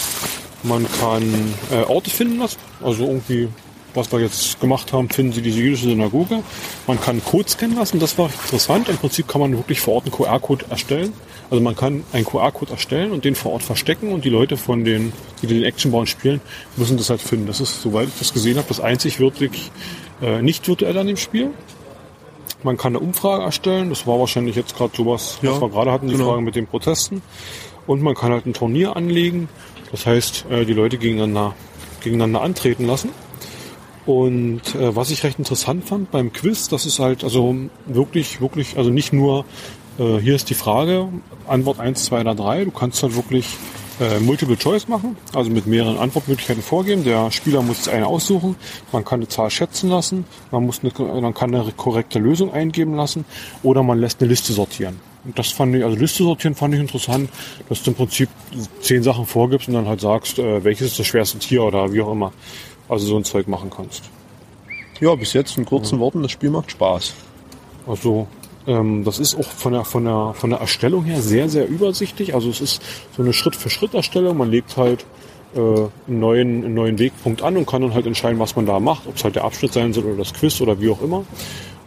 Man kann äh, Orte finden lassen, also irgendwie, was wir jetzt gemacht haben, finden Sie diese jüdische Synagoge. Man kann Code scannen lassen, das war interessant. Im Prinzip kann man wirklich vor Ort einen QR-Code erstellen. Also man kann einen QR-Code erstellen und den vor Ort verstecken und die Leute von den, die den Actionbauen spielen, müssen das halt finden. Das ist, soweit ich das gesehen habe, das einzig wirklich äh, nicht virtuell an dem Spiel. Man kann eine Umfrage erstellen. Das war wahrscheinlich jetzt gerade sowas, was
Ja,
wir gerade hatten, die
genau.
Frage mit den Protesten. Und man kann halt ein Turnier anlegen. Das heißt, äh, die Leute gegeneinander, gegeneinander antreten lassen. Und äh, was ich recht interessant fand beim Quiz, das ist halt also wirklich, wirklich, also nicht nur äh, hier ist die Frage, Antwort 1, 2 oder 3, du kannst halt wirklich äh, Multiple Choice machen, also mit mehreren Antwortmöglichkeiten vorgeben. Der Spieler muss eine aussuchen, man kann eine Zahl schätzen lassen, man, muss eine, man kann eine korrekte Lösung eingeben lassen oder man lässt eine Liste sortieren. Und das fand ich, also Liste sortieren fand ich interessant, dass du im Prinzip zehn Sachen vorgibst und dann halt sagst, äh, welches ist das schwerste Tier oder wie auch immer. Also so ein Zeug machen kannst.
Ja, bis jetzt in kurzen Worten, das Spiel macht Spaß.
Also ähm, das ist auch von der, von, der, von der Erstellung her sehr, sehr übersichtlich. Also es ist so eine Schritt-für-Schritt-Erstellung. Man legt halt äh, einen, neuen, einen neuen Wegpunkt an und kann dann halt entscheiden, was man da macht. Ob es halt der Abschnitt sein soll oder das Quiz oder wie auch immer.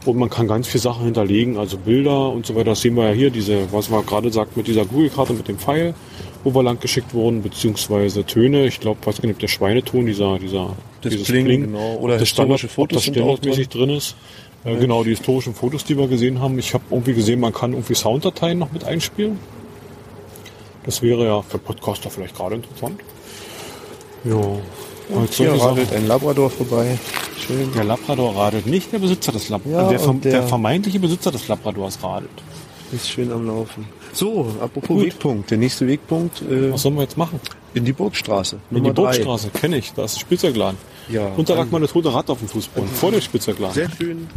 Und man kann ganz viele Sachen hinterlegen, also Bilder und so weiter. Das sehen wir ja hier, diese, was man gerade sagt, mit dieser Google-Karte, mit dem Pfeil, wo wir lang geschickt wurden, beziehungsweise Töne. Ich glaube, weiß gar nicht, ob der Schweineton, dieser, dieser
Das
dieses
Bling,
Bling,
genau. Oder
das
historische
Standard, ob
Fotos
das
sind auch
standardmäßig drin ist. Äh, genau, die historischen Fotos, die wir gesehen haben. Ich habe irgendwie gesehen, man kann irgendwie Sounddateien noch mit einspielen. Das wäre ja für Podcaster vielleicht gerade interessant. Ja. Und
Hier radelt ein Labrador vorbei. Schön.
Der Labrador radelt nicht, der Besitzer des Labradors.
Ja,
der, verm-
und der-
der vermeintliche Besitzer des Labradors radelt.
Ist schön am Laufen. So, apropos
Gut.
Wegpunkt. Der nächste Wegpunkt äh,
Was sollen wir jetzt machen?
in die Burgstraße.
In die
Nummer drei.
Burgstraße, kenne ich, da ist ein Spielzeugladen.
Ja.
Und da lag mal eine tote Ratte auf dem Fußboden, vor dem Spielzeugladen.
Sehr schön.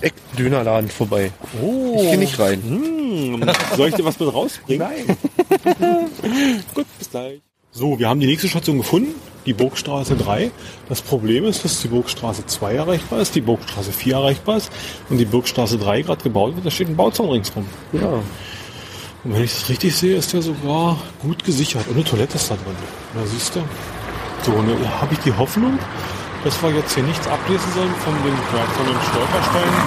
Eckdönerladen vorbei.
Oh.
Ich geh nicht rein.
Hm. Soll ich dir was mit rausbringen?
Nein.
Gut, bis gleich. So, wir haben die nächste Station gefunden, die Burgstraße 3. Das Problem ist, dass die Burgstraße 2 erreichbar ist, die Burgstraße 4 erreichbar ist und die Burgstraße 3 gerade gebaut wird, da steht ein Bauzaun ringsrum.
Ja.
Und wenn ich das richtig sehe, ist der sogar gut gesichert. Und eine Toilette ist da drin. Na siehst du. So, und dann habe ich die Hoffnung, dass wir jetzt hier nichts ablesen sollen von den, von den Stolpersteinen,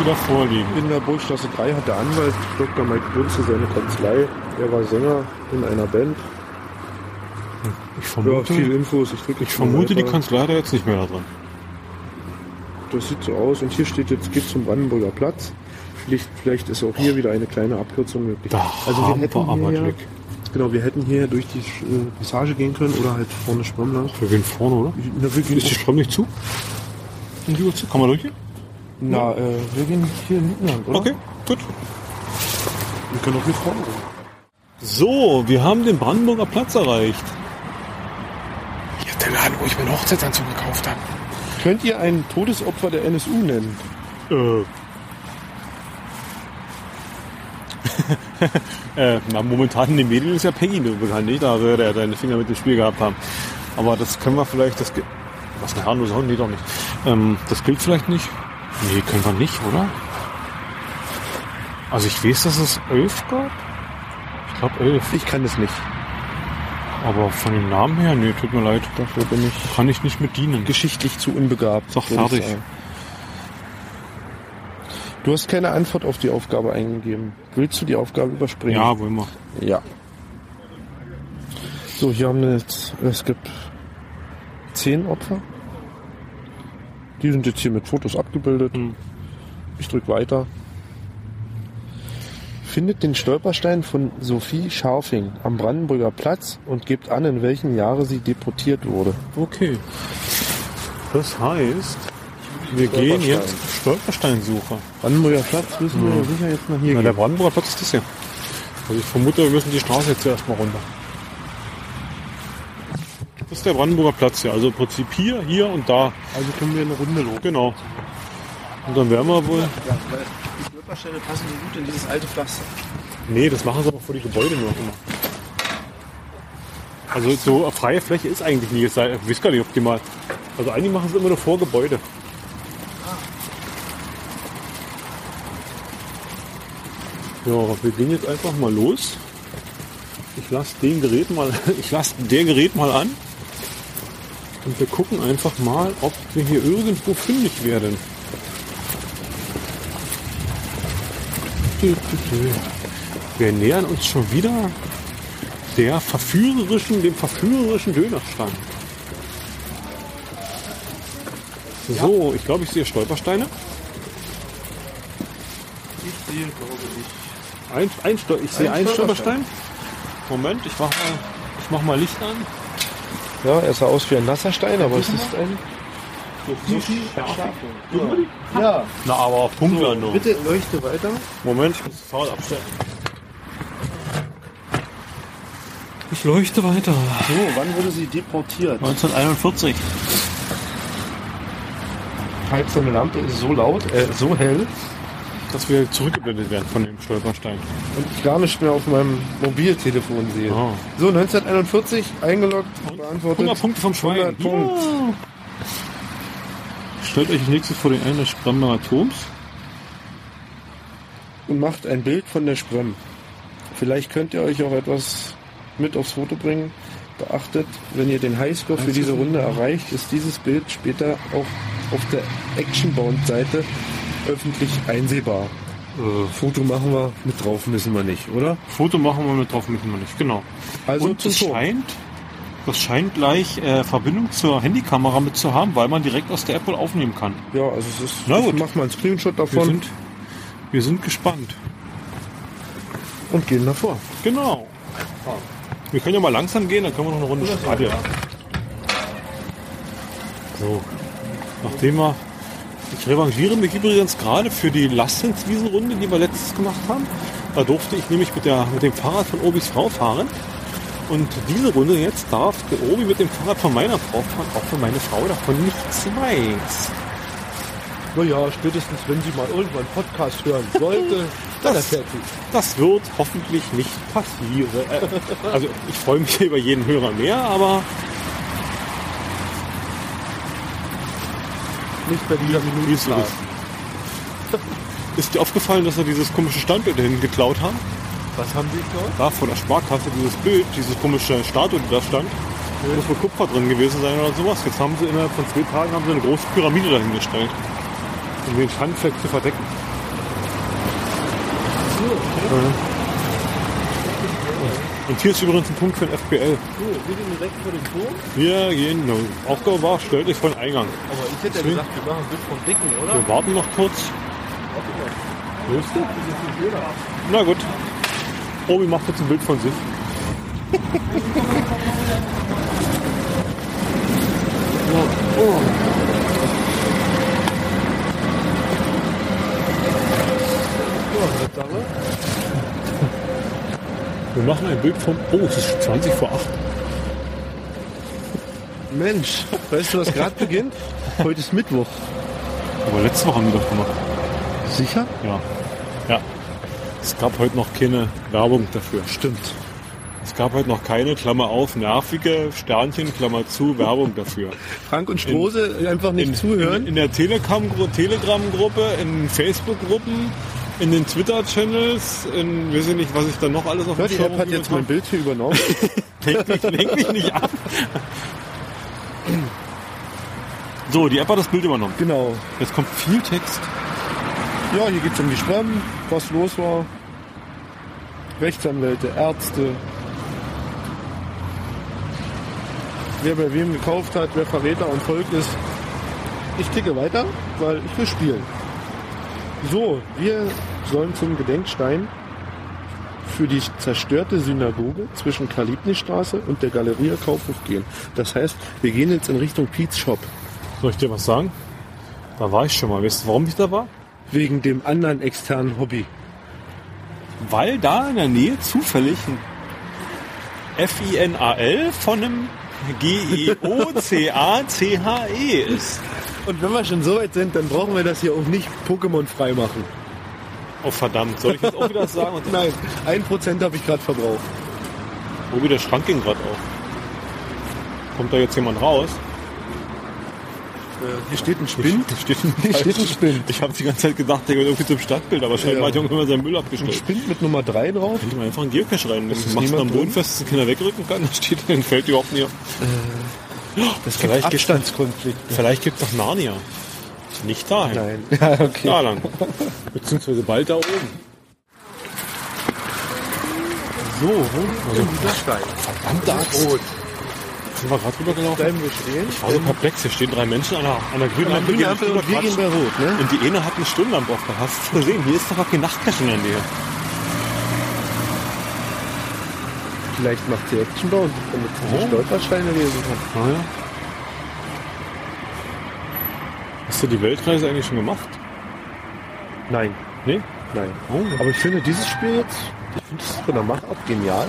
die da vorliegen.
In der Burgstraße 3 hat der Anwalt Dr. Mike Bunze seine Kanzlei. Er war Sänger in einer Band.
Ich
Ja,
vermute,
viele Infos. Ich drücke
ich vermute die Kanzlei da jetzt nicht mehr da drin.
Das sieht so aus. Und hier steht jetzt, geht zum Brandenburger Platz. Vielleicht, vielleicht ist auch hier wieder eine kleine Abkürzung möglich. Also
Da haben wir aber
hier,
Glück.
Genau, wir hätten hier durch die äh, Passage gehen können oder halt vorne Schwamm lang.
Wir gehen vorne, oder?
Na, wir gehen,
Ist die Strom nicht zu? Und die Uhr zu? Kann man durch hier?
na, äh, wir gehen hier hinten lang, oder?
Okay, gut.
Wir können auch hier vorne gehen.
So, wir haben den Brandenburger Platz erreicht. Hier ist der Laden, wo ich mir einen Hochzeitsanzug gekauft habe.
Könnt ihr ein Todesopfer der NSU nennen?
Äh. äh, na, momentan in den Medien ist ja Peggy nur bekannt, nicht? Da würde er seine Finger mit dem Spiel gehabt haben. Aber das können wir vielleicht, das gi- was eine harmlose Hund, nee, doch nicht. Ähm, das gilt vielleicht nicht. Nee, können wir nicht, oder? Also ich weiß, dass es elf gab. Ich glaube elf.
Ich kann das nicht.
Aber von dem Namen her, nee, tut mir leid.
Dafür bin ich
Kann ich nicht mit dienen.
geschichtlich zu unbegabt.
Doch,
würde ich
fertig.
sagen. Du hast keine Antwort auf die Aufgabe eingegeben. Willst du die Aufgabe überspringen?
Ja, wollen wir.
Ja. So, hier haben wir jetzt, es gibt zehn Opfer. Die sind jetzt hier mit Fotos abgebildet.
Hm.
Ich drück weiter. Findet den Stolperstein von Sophie Scharfing am Brandenburger Platz und gebt an, in welchem Jahre sie deportiert wurde.
Okay. Das heißt, wir gehen jetzt Stolpersteinsuche.
Brandenburger Platz müssen wir ja sicher jetzt mal hier
Na, der
gehen.
Brandenburger Platz ist das hier. Also ich vermute, wir müssen die Straße jetzt erstmal runter. Das ist der Brandenburger Platz hier. Also im Prinzip hier, hier und da.
Also können wir eine Runde los.
Genau. Und dann werden wir wohl.
Ja, weil die Körperstelle passen so gut in dieses alte Pflaster.
Nee, das machen sie aber vor die Gebäude nur immer. Also so eine freie Fläche ist eigentlich nie. Es sei- Ich weiß gar nicht optimal. Also eigentlich machen sie immer nur vor Gebäude. Ja, wir gehen jetzt einfach mal los. Ich lasse den Gerät mal, ich lasse der Gerät mal an. Und wir gucken einfach mal, ob wir hier irgendwo fündig werden. Wir nähern uns schon wieder der verführerischen, dem verführerischen Dönerstand. So, ich glaube, ich sehe Stolpersteine.
Ich sehe, glaube ich.
Ein, ein Stol ich sehe
Ein
einen
Stolperstein.
Stolperstein. Moment, ich mach mal, ich mach mal Licht an.
Ja, er sah aus wie ein nasser Stein, aber es ist ein... Ja,
Na, aber Punkler nur.
bitte leuchte weiter.
Moment, ich muss das Fahrrad abstellen.
Ich leuchte weiter.
So, wann wurde sie deportiert?
1941.
Halt so eine Lampe ist so laut, äh, so hell
Dass wir zurückgeblendet werden von dem Stolperstein.
und ich gar nicht mehr auf meinem Mobiltelefon sehe.
Ah.
So, 1941, eingeloggt, beantwortet.
100 Punkte vom Schwein.
100 Punkte.
Ja. Stellt euch als nächstes vor den einen des Spremmer Atoms.
Und macht ein Bild von der Sprem. Vielleicht könnt ihr euch auch etwas mit aufs Foto bringen. Beachtet, wenn ihr den Highscore für diese Runde erreicht, ist dieses Bild später auch auf der Actionbound-Seite öffentlich einsehbar.
Äh.
Foto machen wir, mit drauf müssen wir nicht, oder?
Foto machen wir mit drauf, müssen wir nicht. Genau.
Also
und
zum
es
Tor.
scheint Das scheint gleich äh, Verbindung zur Handykamera mit zu haben, weil man direkt aus der App wohl aufnehmen kann.
Ja, also es ist.
Na
ich
gut.
mach mal einen Screenshot
Wir
davon
sind, wir sind gespannt.
und gehen davor.
Genau. Wir können ja mal langsam gehen, dann können wir noch eine Runde Stadion. So. Nachdem wir. Ich revanchiere mich übrigens gerade für die Lastenswiesenrunde, die wir letztes gemacht haben. Da durfte ich nämlich mit, der, mit dem Fahrrad von Obis Frau fahren. Und diese Runde jetzt darf der Obi mit dem Fahrrad von meiner Frau fahren, auch wenn meine Frau davon nichts weiß.
Naja, spätestens wenn sie mal irgendwann Podcast hören sollte, dann
Das-
erfährt sie.
Das wird hoffentlich nicht passieren. Äh, Also ich freue mich über jeden Hörer mehr, aber
Nicht mehr wieder
Wie ist
Minuten.
das? Ist dir aufgefallen, dass wir dieses komische Standbild dahin geklaut haben?
Was haben sie geklaut?
Da von der Sparkasse dieses Bild, dieses komische Statue, die da stand. Da muss wohl Kupfer drin gewesen sein oder sowas. Jetzt haben sie innerhalb von zwei Tagen haben sie eine große Pyramide dahingestellt. Um den Schandfleck zu verdecken. Ja. Und hier ist übrigens ein Punkt für den FPL.
Cool, Oh, wir sind direkt vor dem Turm,
Wir gehen, no. Aufgabe war, stellt euch vor den Eingang.
aber ich hätte ja
Schön.
gesagt, wir machen ein Bild vom Dicken, oder?
Wir warten noch kurz. Na gut. Obi macht jetzt ein Bild von sich. Wir machen ein Bild vom... Oh, es ist 20 vor 8.
Mensch, weißt du, was gerade beginnt? Heute ist Mittwoch.
Aber letzte Woche haben wir doch gemacht.
Sicher?
Ja. Ja. Es gab heute noch keine Werbung dafür.
Stimmt.
Es gab heute noch keine, Klammer auf, nervige Sternchen, Klammer zu, Werbung dafür.
Frank und Strose einfach nicht zuhören.
In, in der Telegram- Telegram-Gruppe, in Facebook-Gruppen, in den Twitter-Channels, in, weiß ich nicht, was ich da noch alles auf
Ja, die
Schirm
App hat jetzt mein
rumgegangen
Bild hier übernommen.
habe. Lenk mich, lenk mich nicht ab. So, die App hat das Bild übernommen.
genau.
Jetzt kommt viel Text.
Ja, hier geht's um die Schwamm, was los war. Rechtsanwälte, Ärzte. Wer bei wem gekauft hat, wer Verräter und Volk ist. Ich ticke weiter, weil ich will spielen. So, wir sollen zum Gedenkstein für die zerstörte Synagoge zwischen Kalibnistraße und der Galeria Kaufhof gehen. Das heißt, wir gehen jetzt in Richtung Pete's Shop.
Soll ich dir was sagen? Da war ich schon mal. Weißt du, warum ich da war?
Wegen dem anderen externen Hobby.
weil da in der Nähe zufällig ein FINAL von einem G-E-O-C-A-C-H-E E ist.
Und wenn wir schon so weit sind, dann brauchen wir das hier auch nicht Pokémon frei machen.
Oh verdammt, soll ich jetzt auch wieder das sagen? Und
Nein, ein Prozent habe ich gerade verbraucht.
Wo geht oh, der Schrank ging gerade auf? Kommt da jetzt jemand raus?
Hier steht ein Spind.
Steht ein
Hier steht ein Spind.
Ich habe die ganze Zeit gedacht, der gehört irgendwie zum Stadtbild, aber scheinbar
Ja.
hat Junge immer seinen Müll
Ein
abgestellt.
Spind mit Nummer 3 drauf.
Könnte man einfach einen Geocache rein. Machst
Ist
du
niemand
am
drin?
Boden fest, dass ein Kinder wegrücken kann, dann steht dann fällt die überhaupt nicht. auf.
Äh, Das
gibt Vielleicht gibt's-
Abstandskonflikt.
Vielleicht geht's nach Narnia. Also Nicht dahin.
Nein. Ja, okay.
Da lang. Beziehungsweise bald da oben.
So, wo liegt denn dieser Stein?
Verdammte Axt. Sind wir gerade rübergelaufen?
Bleiben wir stehen.
Ich war so perplex. Hier stehen drei Menschen an einer, an einer grünen
Dann
Ampel.
grüne
die
Ampel und wir
quatschen.
gehen bei Rot, ne?
Und die eine hat eine Stirnlampe aufgehört. Hast du gesehen? Hier ist doch auch die Nachtcache in der Nähe.
Vielleicht macht sie Actionbound, damit sie die
Oh.
Stolpersteine lesen kann.
Naja. Hast du die Weltreise eigentlich schon gemacht?
Nein,
Nee?
nein.
Oh.
Aber ich finde dieses Spiel jetzt, ich finde es von der Machart genial.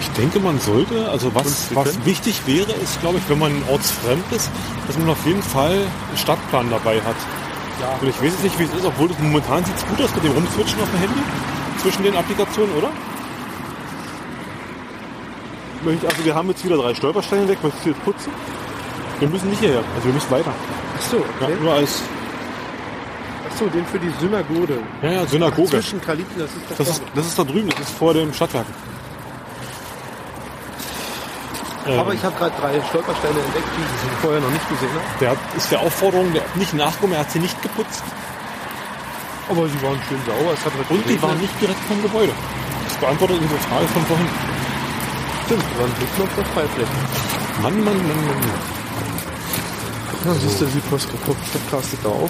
Ich denke, man sollte, also was,
Und wir
was
können-
wichtig wäre, ist, glaube ich, wenn man ortsfremd ist, dass man auf jeden Fall einen Stadtplan dabei hat. Und ich weiß jetzt nicht, wie es ist, obwohl es momentan sieht es gut aus mit dem Rumswitchen auf dem Handy zwischen den Applikationen, oder? Möcht- Also wir haben jetzt wieder drei Stolpersteine weg, möchtest du jetzt putzen? Wir müssen nicht hierher, also wir müssen weiter.
Achso,
Ja,
okay.
nur als
Achso, den für die Synagoge.
ja, ja, Synagoge.
Zwischen Kalibner, das ist doch
Das ist, das ist da drüben, das ist vor dem Stadtwerk. Ähm,
Aber ich habe gerade drei Stolpersteine entdeckt, die ich vorher noch nicht gesehen habe.
Der hat, ist der Aufforderung der, nicht nachgekommen, er hat sie nicht geputzt
Aber sie waren schön sauber. Es hat
und die waren nicht direkt vom Gebäude. Das beantwortet unsere Frage von vorhin.
Stimmt, wir waren blicken auf der Freifläche.
Mann, Mann, Mann, Mann.
Ja, siehst du, wie Post podcastet da auch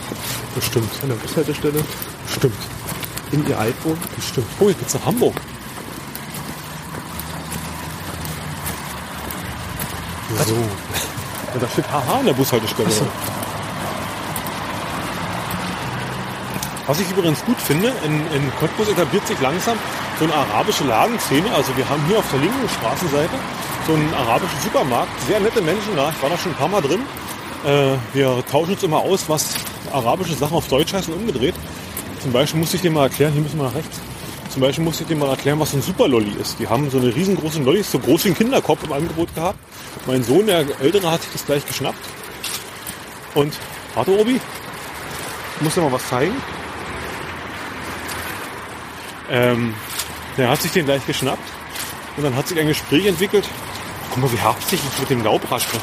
Bestimmt,
an der Bushaltestelle
bestimmt,
in ihr iPhone.
bestimmt. Oh, jetzt geht's nach Hamburg. So. Ja, da steht Haha an der Bushaltestelle. Was ich übrigens gut finde, in, in Cottbus etabliert sich langsam so eine arabische Ladenszene. Also wir haben hier auf der linken Straßenseite so einen arabischen Supermarkt. Sehr nette Menschen da. Ich war da schon ein paar Mal drin. Äh, wir tauschen uns immer aus, was arabische Sachen auf Deutsch heißen, umgedreht. Zum Beispiel musste ich dir mal erklären, hier müssen wir nach rechts. Zum Beispiel musste ich dir mal erklären, was ein Superlolli ist. Die haben so eine riesengroße Lolli, so groß wie ein Kinderkopf im Angebot gehabt. Mein Sohn, der Ältere, hat sich das gleich geschnappt. Und, warte Obi, ich muss dir mal was zeigen. Ähm, der hat sich den gleich geschnappt und dann hat sich ein Gespräch entwickelt. Guck mal, wie herbstlich es mit dem Laub raschelt.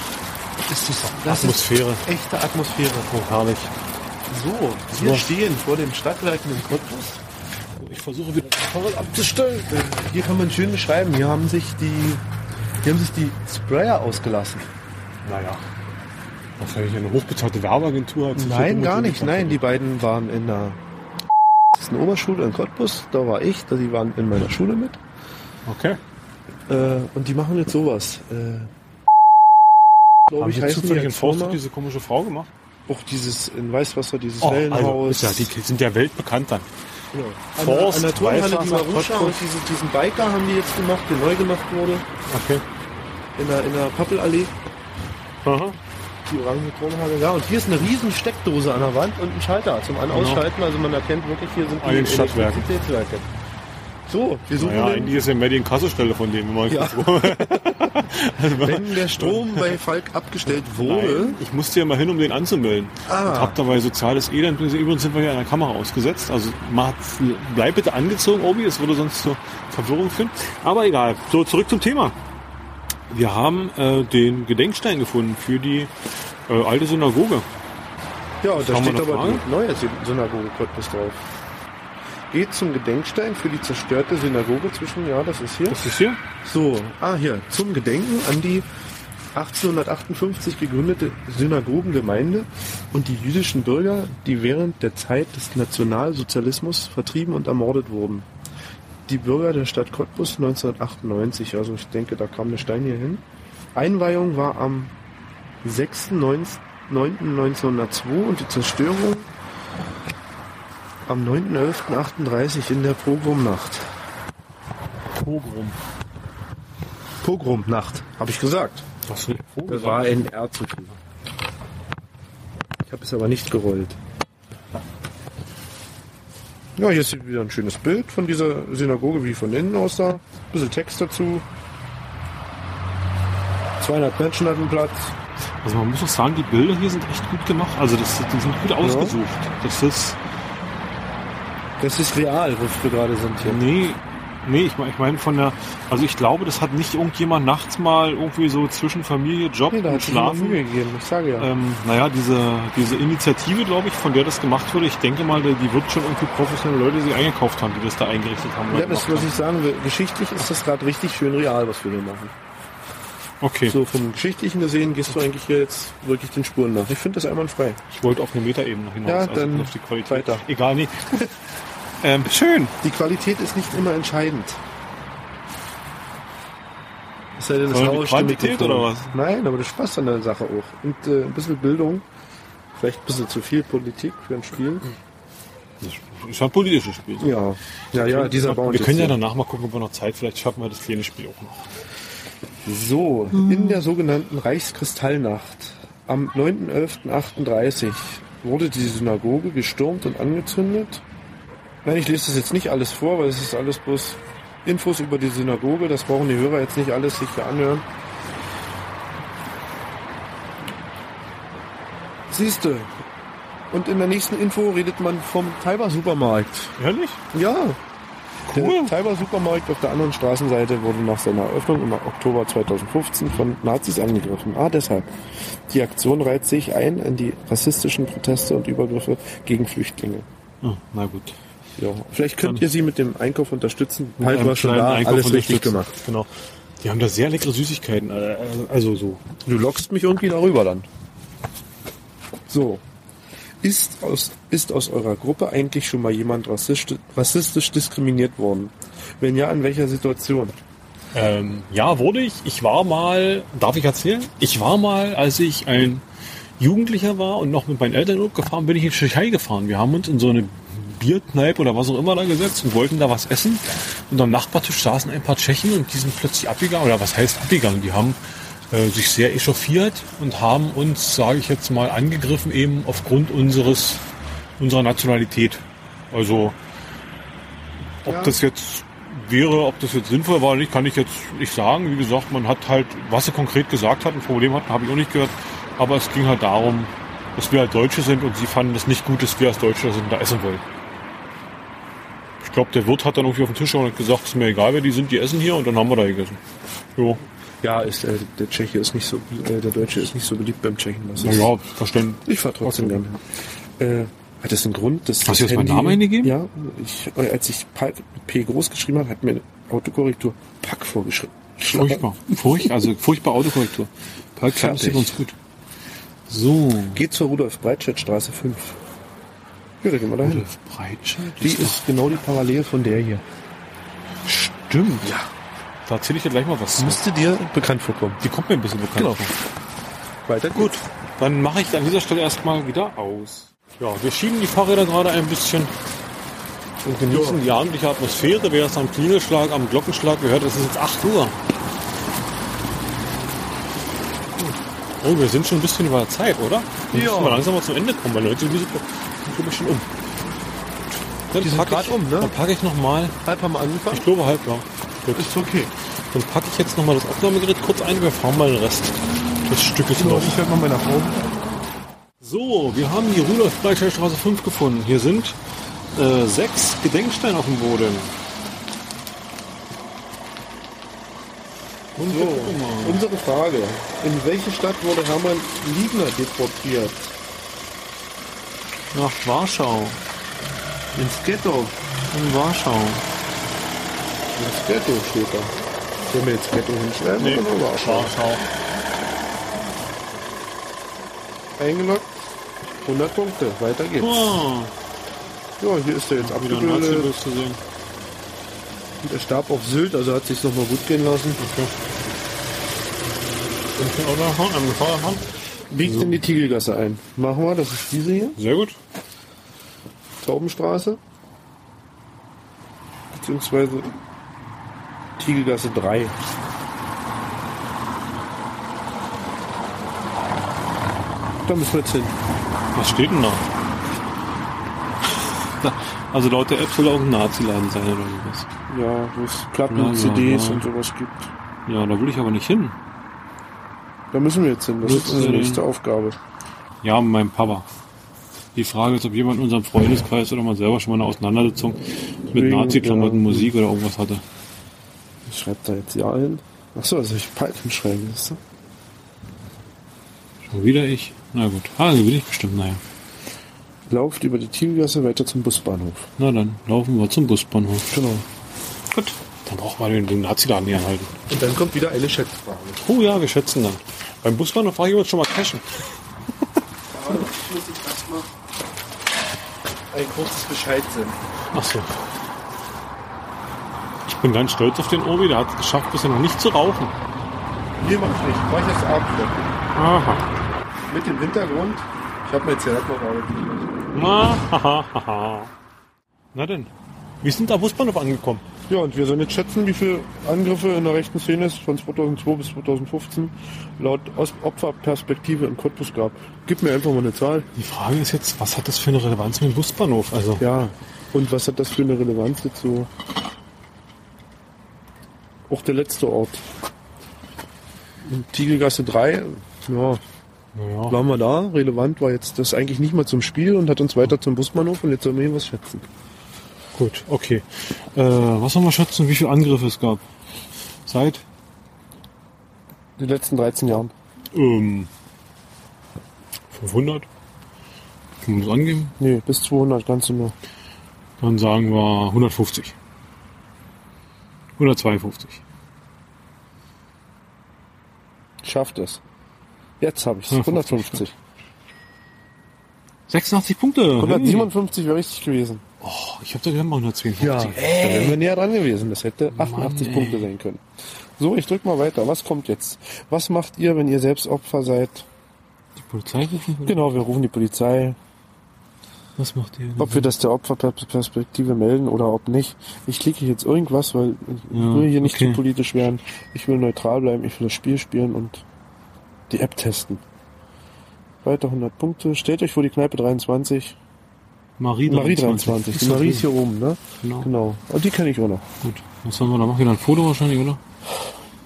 Ist das,
Atmosphäre.
ist echte Atmosphäre.
Oh, herrlich.
So, wir stehen vor den Stadtwerken in Cottbus.
Ich versuche wieder
Abzustellen. Hier kann man schön beschreiben, hier haben sich die, hier haben sich die Sprayer ausgelassen.
Naja. Wahrscheinlich eine hochbezahlte Werbeagentur. hat sich hier
Nein,
dumm
gar
und
nicht.
dumm
Nein, die
gemacht.
beiden waren in der das ist eine Oberschule in Cottbus, da war ich, da die waren in meiner Schule mit.
Okay.
Äh, und die machen jetzt sowas. Äh,
Haben
Glaube ich,
Sie
heißen die
zufällig in
jetzt
Faust
Firma.
auch diese komische Frau gemacht?
Auch dieses in Weißwasser, dieses
Oh, also,
Wellenhaus.
ist ja, die sind ja weltbekannt dann.
genau.
Forst,
Forst, an der Turnhalle, die
Weißwasser,
Maruscha
Cottbus.
und diese, diesen Biker haben die jetzt gemacht, der neu gemacht wurde.
Okay.
In der, in der Pappelallee,
Aha.
die orange Turnhalle. Ja, und hier ist eine riesen Steckdose an der Wand und ein Schalter zum An- und Ausschalten. Also man erkennt wirklich, hier sind
Genau. An den Stadtwerken.
Elektrizitätswerke. So, wir suchen
Naja,
den
eigentlich ist ja mehr die Inkassostelle von dem. Wenn man
Ja.
also,
Wenn der Strom bei Falk abgestellt wurde,
Nein, ich musste ja mal hin, um den anzumelden. Und hab dabei soziales Elend. Übrigens sind wir ja an der Kamera ausgesetzt. Also macht, bleib bitte angezogen, Obi. Es würde sonst zur Verwirrung führen. Aber egal. So, zurück zum Thema. Wir haben äh, den Gedenkstein gefunden für die äh, alte Synagoge.
ja, und da
Haben wir
steht
noch
aber
Fragen?
die neue Syn- Synagoge Cottbus drauf. Geht zum Gedenkstein für die zerstörte Synagoge zwischen, ja, das ist hier.
Das ist hier?
So, ah, hier, zum Gedenken an die 1858 gegründete Synagogengemeinde und die jüdischen Bürger, die während der Zeit des Nationalsozialismus vertrieben und ermordet wurden. Die Bürger der Stadt Cottbus 1998, also ich denke, da kam der Stein hier hin. Einweihung war am 6.9.1902 und die Zerstörung am 9.11.38 in der Pogromnacht.
Pogrom.
Pogromnacht, habe ich gesagt.
Was für ein
Da
Pogrom?
war ein R zu tun. Ich habe es aber nicht gerollt. Ja, hier ist wieder ein schönes Bild von dieser Synagoge, wie die von innen aussah. Ein bisschen Text dazu. 200 Menschen hatten Platz.
Also man muss auch sagen, die Bilder hier sind echt gut gemacht. Also das, die sind gut ausgesucht. Das ist.
Das ist real, wo wir gerade sind hier.
Nee, nee, ich meine ich mein von der. Also ich glaube, das hat nicht irgendjemand nachts mal irgendwie so zwischen Familie, Job
Nee, da
und
hat sich jemand
Schlafen.
Mühe gegeben, ich sage ja.
Ähm, naja, diese, diese Initiative, glaube ich, von der das gemacht wurde, ich denke mal, die die wird schon irgendwie professionelle Leute sich eingekauft haben, die das da eingerichtet haben. oder
ja, das,
gemacht
was ich sagen will, geschichtlich ist das gerade richtig schön real, was wir hier machen.
haben. Okay,
So, vom Geschichtlichen gesehen gehst du eigentlich hier jetzt wirklich den Spuren nach. Ich finde das einwandfrei.
ich wollte auf eine Metaebene hinaus, also
Ja, dann
auf die Qualität.
weiter.
Egal, nee. Gut. ähm, schön.
Die Qualität ist nicht immer entscheidend. Ist ja denn
Sondern die
Haue stimmt
Quantität
Mikrofon.
oder was?
Nein, aber das Spaß an der Sache auch. Und äh, ein bisschen Bildung. Vielleicht ein bisschen zu viel Politik für ein Spiel.
Ist ja ein politisches Spiel.
Ja, ja, ja, dieser Baum.
wir
ist
können ja
hier.
danach mal gucken, ob wir noch Zeit, vielleicht schaffen wir das kleine Spiel auch noch.
So, in der sogenannten Reichskristallnacht am 9.11.38 wurde die Synagoge gestürmt und angezündet. Nein, ich lese das jetzt nicht alles vor, weil es ist alles bloß Infos über die Synagoge. Das brauchen die Hörer jetzt nicht alles sich hier anhören. Siehste. Und in der nächsten Info redet man vom Taiber Supermarkt.
Ehrlich?
Ja,
Cool.
der Cyber-Supermarkt auf der anderen Straßenseite wurde nach seiner Eröffnung im Oktober 2015 von Nazis angegriffen. Ah, deshalb. Die Aktion reiht sich ein in die rassistischen Proteste und Übergriffe gegen Flüchtlinge.
Ah, na gut.
Ja. Vielleicht könnt
Dann-
ihr sie mit dem Einkauf unterstützen. Halt
Mit einem kleinen Einkauf unterstützt. Genau. Die haben da sehr leckere Süßigkeiten. äh, Also so.
Du lockst mich irgendwie darüber dann.
So.
Ist aus, ist aus eurer Gruppe eigentlich schon mal jemand rassistisch, rassistisch diskriminiert worden? Wenn ja, in welcher Situation?
Ähm, ja, wurde ich. Ich war mal, darf ich erzählen? Ich war mal, als ich ein Jugendlicher war und noch mit meinen Eltern in Urlaub gefahren, bin ich in die Tschechei gefahren. Wir haben uns in so eine Bierkneipe oder was auch immer da gesetzt und wollten da was essen. Und am Nachbartisch saßen ein paar Tschechen und die sind plötzlich abgegangen, oder was heißt abgegangen? Die haben äh, sich sehr echauffiert und haben uns, sage ich jetzt mal, angegriffen eben aufgrund unseres, unserer Nationalität. Also, ob das jetzt wäre, ob das jetzt sinnvoll war oder nicht, kann ich jetzt nicht sagen. Wie gesagt, man hat halt, was sie konkret gesagt hat, ein Problem hatten, habe ich auch nicht gehört. Aber es ging halt darum, dass wir halt Deutsche sind und sie fanden es nicht gut, dass wir als Deutsche sind und da essen wollen. Ich glaube, der Wirt hat dann irgendwie auf den Tisch gehauen und gesagt, ist mir egal, wer die sind, die essen hier und dann haben wir da gegessen. Jo,
Ja, ist, äh, der Tscheche ist nicht so, äh, der Deutsche ist nicht so beliebt beim Tschechen. Das ist,
naja, verständlich.
Ich fahr trotzdem
Okay.
gerne. Äh, hat das einen Grund, dass
Hast du jetzt meinen Namen eingegeben?
Ja, ich, äh, als ich Park mit P groß geschrieben habe, hat mir eine Autokorrektur Pack vorgeschrieben.
Furchtbar. Furcht, also furchtbar Autokorrektur. Park
Fertig.
ist uns gut. So.
Geht zur Rudolf Breitscheid Straße 5. Ja, da gehen wir dahin.
Rudolf Breitscheid?
Die ist genau die Parallele von der hier.
Stimmt. Ja. Da erzähle ich dir gleich mal was. zu.
Müsste dir bekannt vorkommen.
Die kommt mir ein bisschen bekannt
Genau.
vor.
Weiter gut.
Dann mache ich an dieser Stelle erstmal wieder aus. Ja, wir schieben die Fahrräder gerade ein bisschen und genießen die abendliche Atmosphäre. Wer jetzt am Klingelschlag, am Glockenschlag gehört, es ist jetzt 8 Uhr. Oh, wir sind schon ein bisschen über der Zeit, oder? Wir müssen mal langsam mal zum Ende kommen, weil Leute, die sind, die sind schon um. Dann
Die sind
packe
grad
ich,
um, ne?
Dann packe ich nochmal,
Halb haben wir angefangen.
ich glaube halb, ja. Gut.
Ist okay.
Dann packe ich jetzt nochmal das Aufnahmegerät kurz ein, wir fahren mal den Rest des Stückes noch.
Ich werde mal meine Frau.
So, wir haben die Rudolf-Bleicher-Straße 5 gefunden. Hier sind äh, sechs Gedenksteine auf dem Boden. Und wir gucken mal.
Unsere Frage. In welche Stadt wurde Hermann Liebner deportiert?
Nach Warschau.
Ins Ghetto.
In Warschau.
Ins Ghetto steht da. Sollen wir jetzt Ghetto hinschreiben?
Nee,
oder nur Warschau?
Warschau.
Eingeloggt. 100 Punkte. Weiter geht's.
Ah,
Ja, hier ist er jetzt
wieder ein nazi
abgebildet.
bild zu sehen.
Und Er starb auf Sylt, also hat sich's nochmal gut gehen lassen.
Okay. Sind wir auch da vorne am Fahrrad?
Biegt in die Tiegelgasse ein. Machen wir, das ist diese hier.
Sehr gut.
Taubenstraße. Beziehungsweise Tiegelgasse 3. Da müssen wir jetzt hin.
Was steht denn da? Da- Also laut der App soll auch ein Nazi-Laden sein oder sowas.
Ja, wo es Platten,
Ja, ja,
CDs
ja.
und sowas gibt.
Ja, da will ich aber nicht hin.
Da müssen wir jetzt hin. Das ist
Nutzen
unsere
wir
nächste Aufgabe.
Ja, mit meinem Papa. Die Frage ist, ob jemand in unserem Freundeskreis oder man selber schon mal eine Auseinandersetzung mit
Wegen,
Nazi-Klamotten,
ja.
Musik oder irgendwas hatte.
Ich schreibe da jetzt ja hin. Achso, also ich Palk hinschreiben, siehst du?
Schon wieder ich? Na gut. Ah, hier bin ich bestimmt, naja.
Lauft über die Tiegelgasse weiter zum Busbahnhof.
Na dann, laufen wir zum Busbahnhof.
Genau.
Gut. Dann braucht man den, den Nazi-Laden hier anhalten.
Und dann kommt wieder eine Schätzfrage.
Oh ja, wir schätzen dann. Beim Busbahnhof war ich übrigens schon mal cashen.
Ein kurzes Bescheid sind.
Ach so. Ich bin ganz stolz auf den Obi, der hat es geschafft, bisher noch nicht zu rauchen.
Hier mach ich nicht. Mach ich das abends.
Aha.
Mit dem Hintergrund. Ich habe mir jetzt ja noch gearbeitet.
Na, haha, haha. Na denn. Wir sind am Busbahnhof angekommen.
Ja, und wir sollen jetzt schätzen, wie viele Angriffe in der rechten Szene es von 2002 bis 2015 laut Os- Opferperspektive in Cottbus gab. Gib mir einfach mal eine Zahl.
Die Frage ist jetzt, was hat das für eine Relevanz mit dem Busbahnhof? Also,
Ja, und was hat das für eine Relevanz jetzt so? Auch der letzte Ort. Und Tiegelgasse 3, ja,
naja.
waren wir da. Relevant war jetzt das eigentlich nicht mal zum Spiel und hat uns weiter zum Busbahnhof und jetzt sollen wir hier was schätzen.
gut, okay. Äh, was soll man schätzen, wie viele Angriffe es gab? Seit?
Die letzten 13 Jahren.
Ähm, 500? Kann man das angeben?
Nee, bis 200, ganz genau. nur.
Dann sagen wir 150. 152.
schafft es. Jetzt habe ich es. 150.
86 Punkte.
157 wäre richtig gewesen.
Oh, ich habe da immer 152.
Ja, da wären wir näher dran gewesen. Das hätte 88 Punkte sein können. So, ich drück mal weiter. Was kommt jetzt? Was macht ihr, wenn ihr selbst Opfer seid?
Die Polizei ruft mich
Genau, wir rufen die Polizei.
Was macht ihr?
Ob wir das der Opferperspektive melden oder ob nicht. Ich klicke jetzt irgendwas, weil ich
Ja,
will hier nicht
okay.
zu politisch werden. Ich will neutral bleiben, ich will das Spiel spielen und die App testen. Weiter 100 Punkte. Stellt euch vor die Kneipe 23.
Marie,
Marie 23. Die Marie ist hier oben, ne?
Genau.
Genau. Und die kenne ich auch noch.
Gut. Was sollen wir da machen? Wieder ein Foto wahrscheinlich, oder?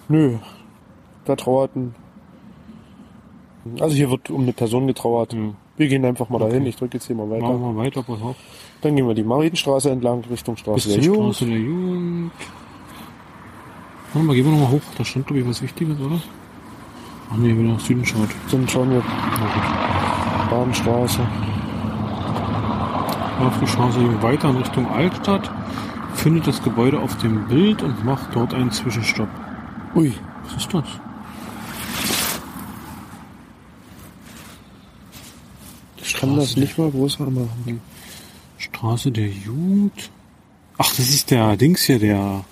Nö. Da trauerten. Also hier wird um eine Person getrauert.
Ja.
Wir gehen einfach mal dahin. Ich drücke jetzt hier mal
Machen
weiter.
wir mal weiter, pass auf.
Dann gehen wir die Marienstraße entlang Richtung
Bis
Straße
zur
der Jugend.
Straße der Jugend. Warte mal, gehen wir nochmal hoch. Da stand, glaube ich, was Wichtiges, oder? Ach nee, wenn er nach Süden schaut.
Dann schauen wir Bahnstraße.
Auf die Straße ging weiter in Richtung Altstadt, findet das Gebäude auf dem Bild und macht dort einen Zwischenstopp.
Ui,
Was ist das?
ich kann das nicht mal größer machen.
Straße der Jugend. Ach, das ist der Dings hier, der.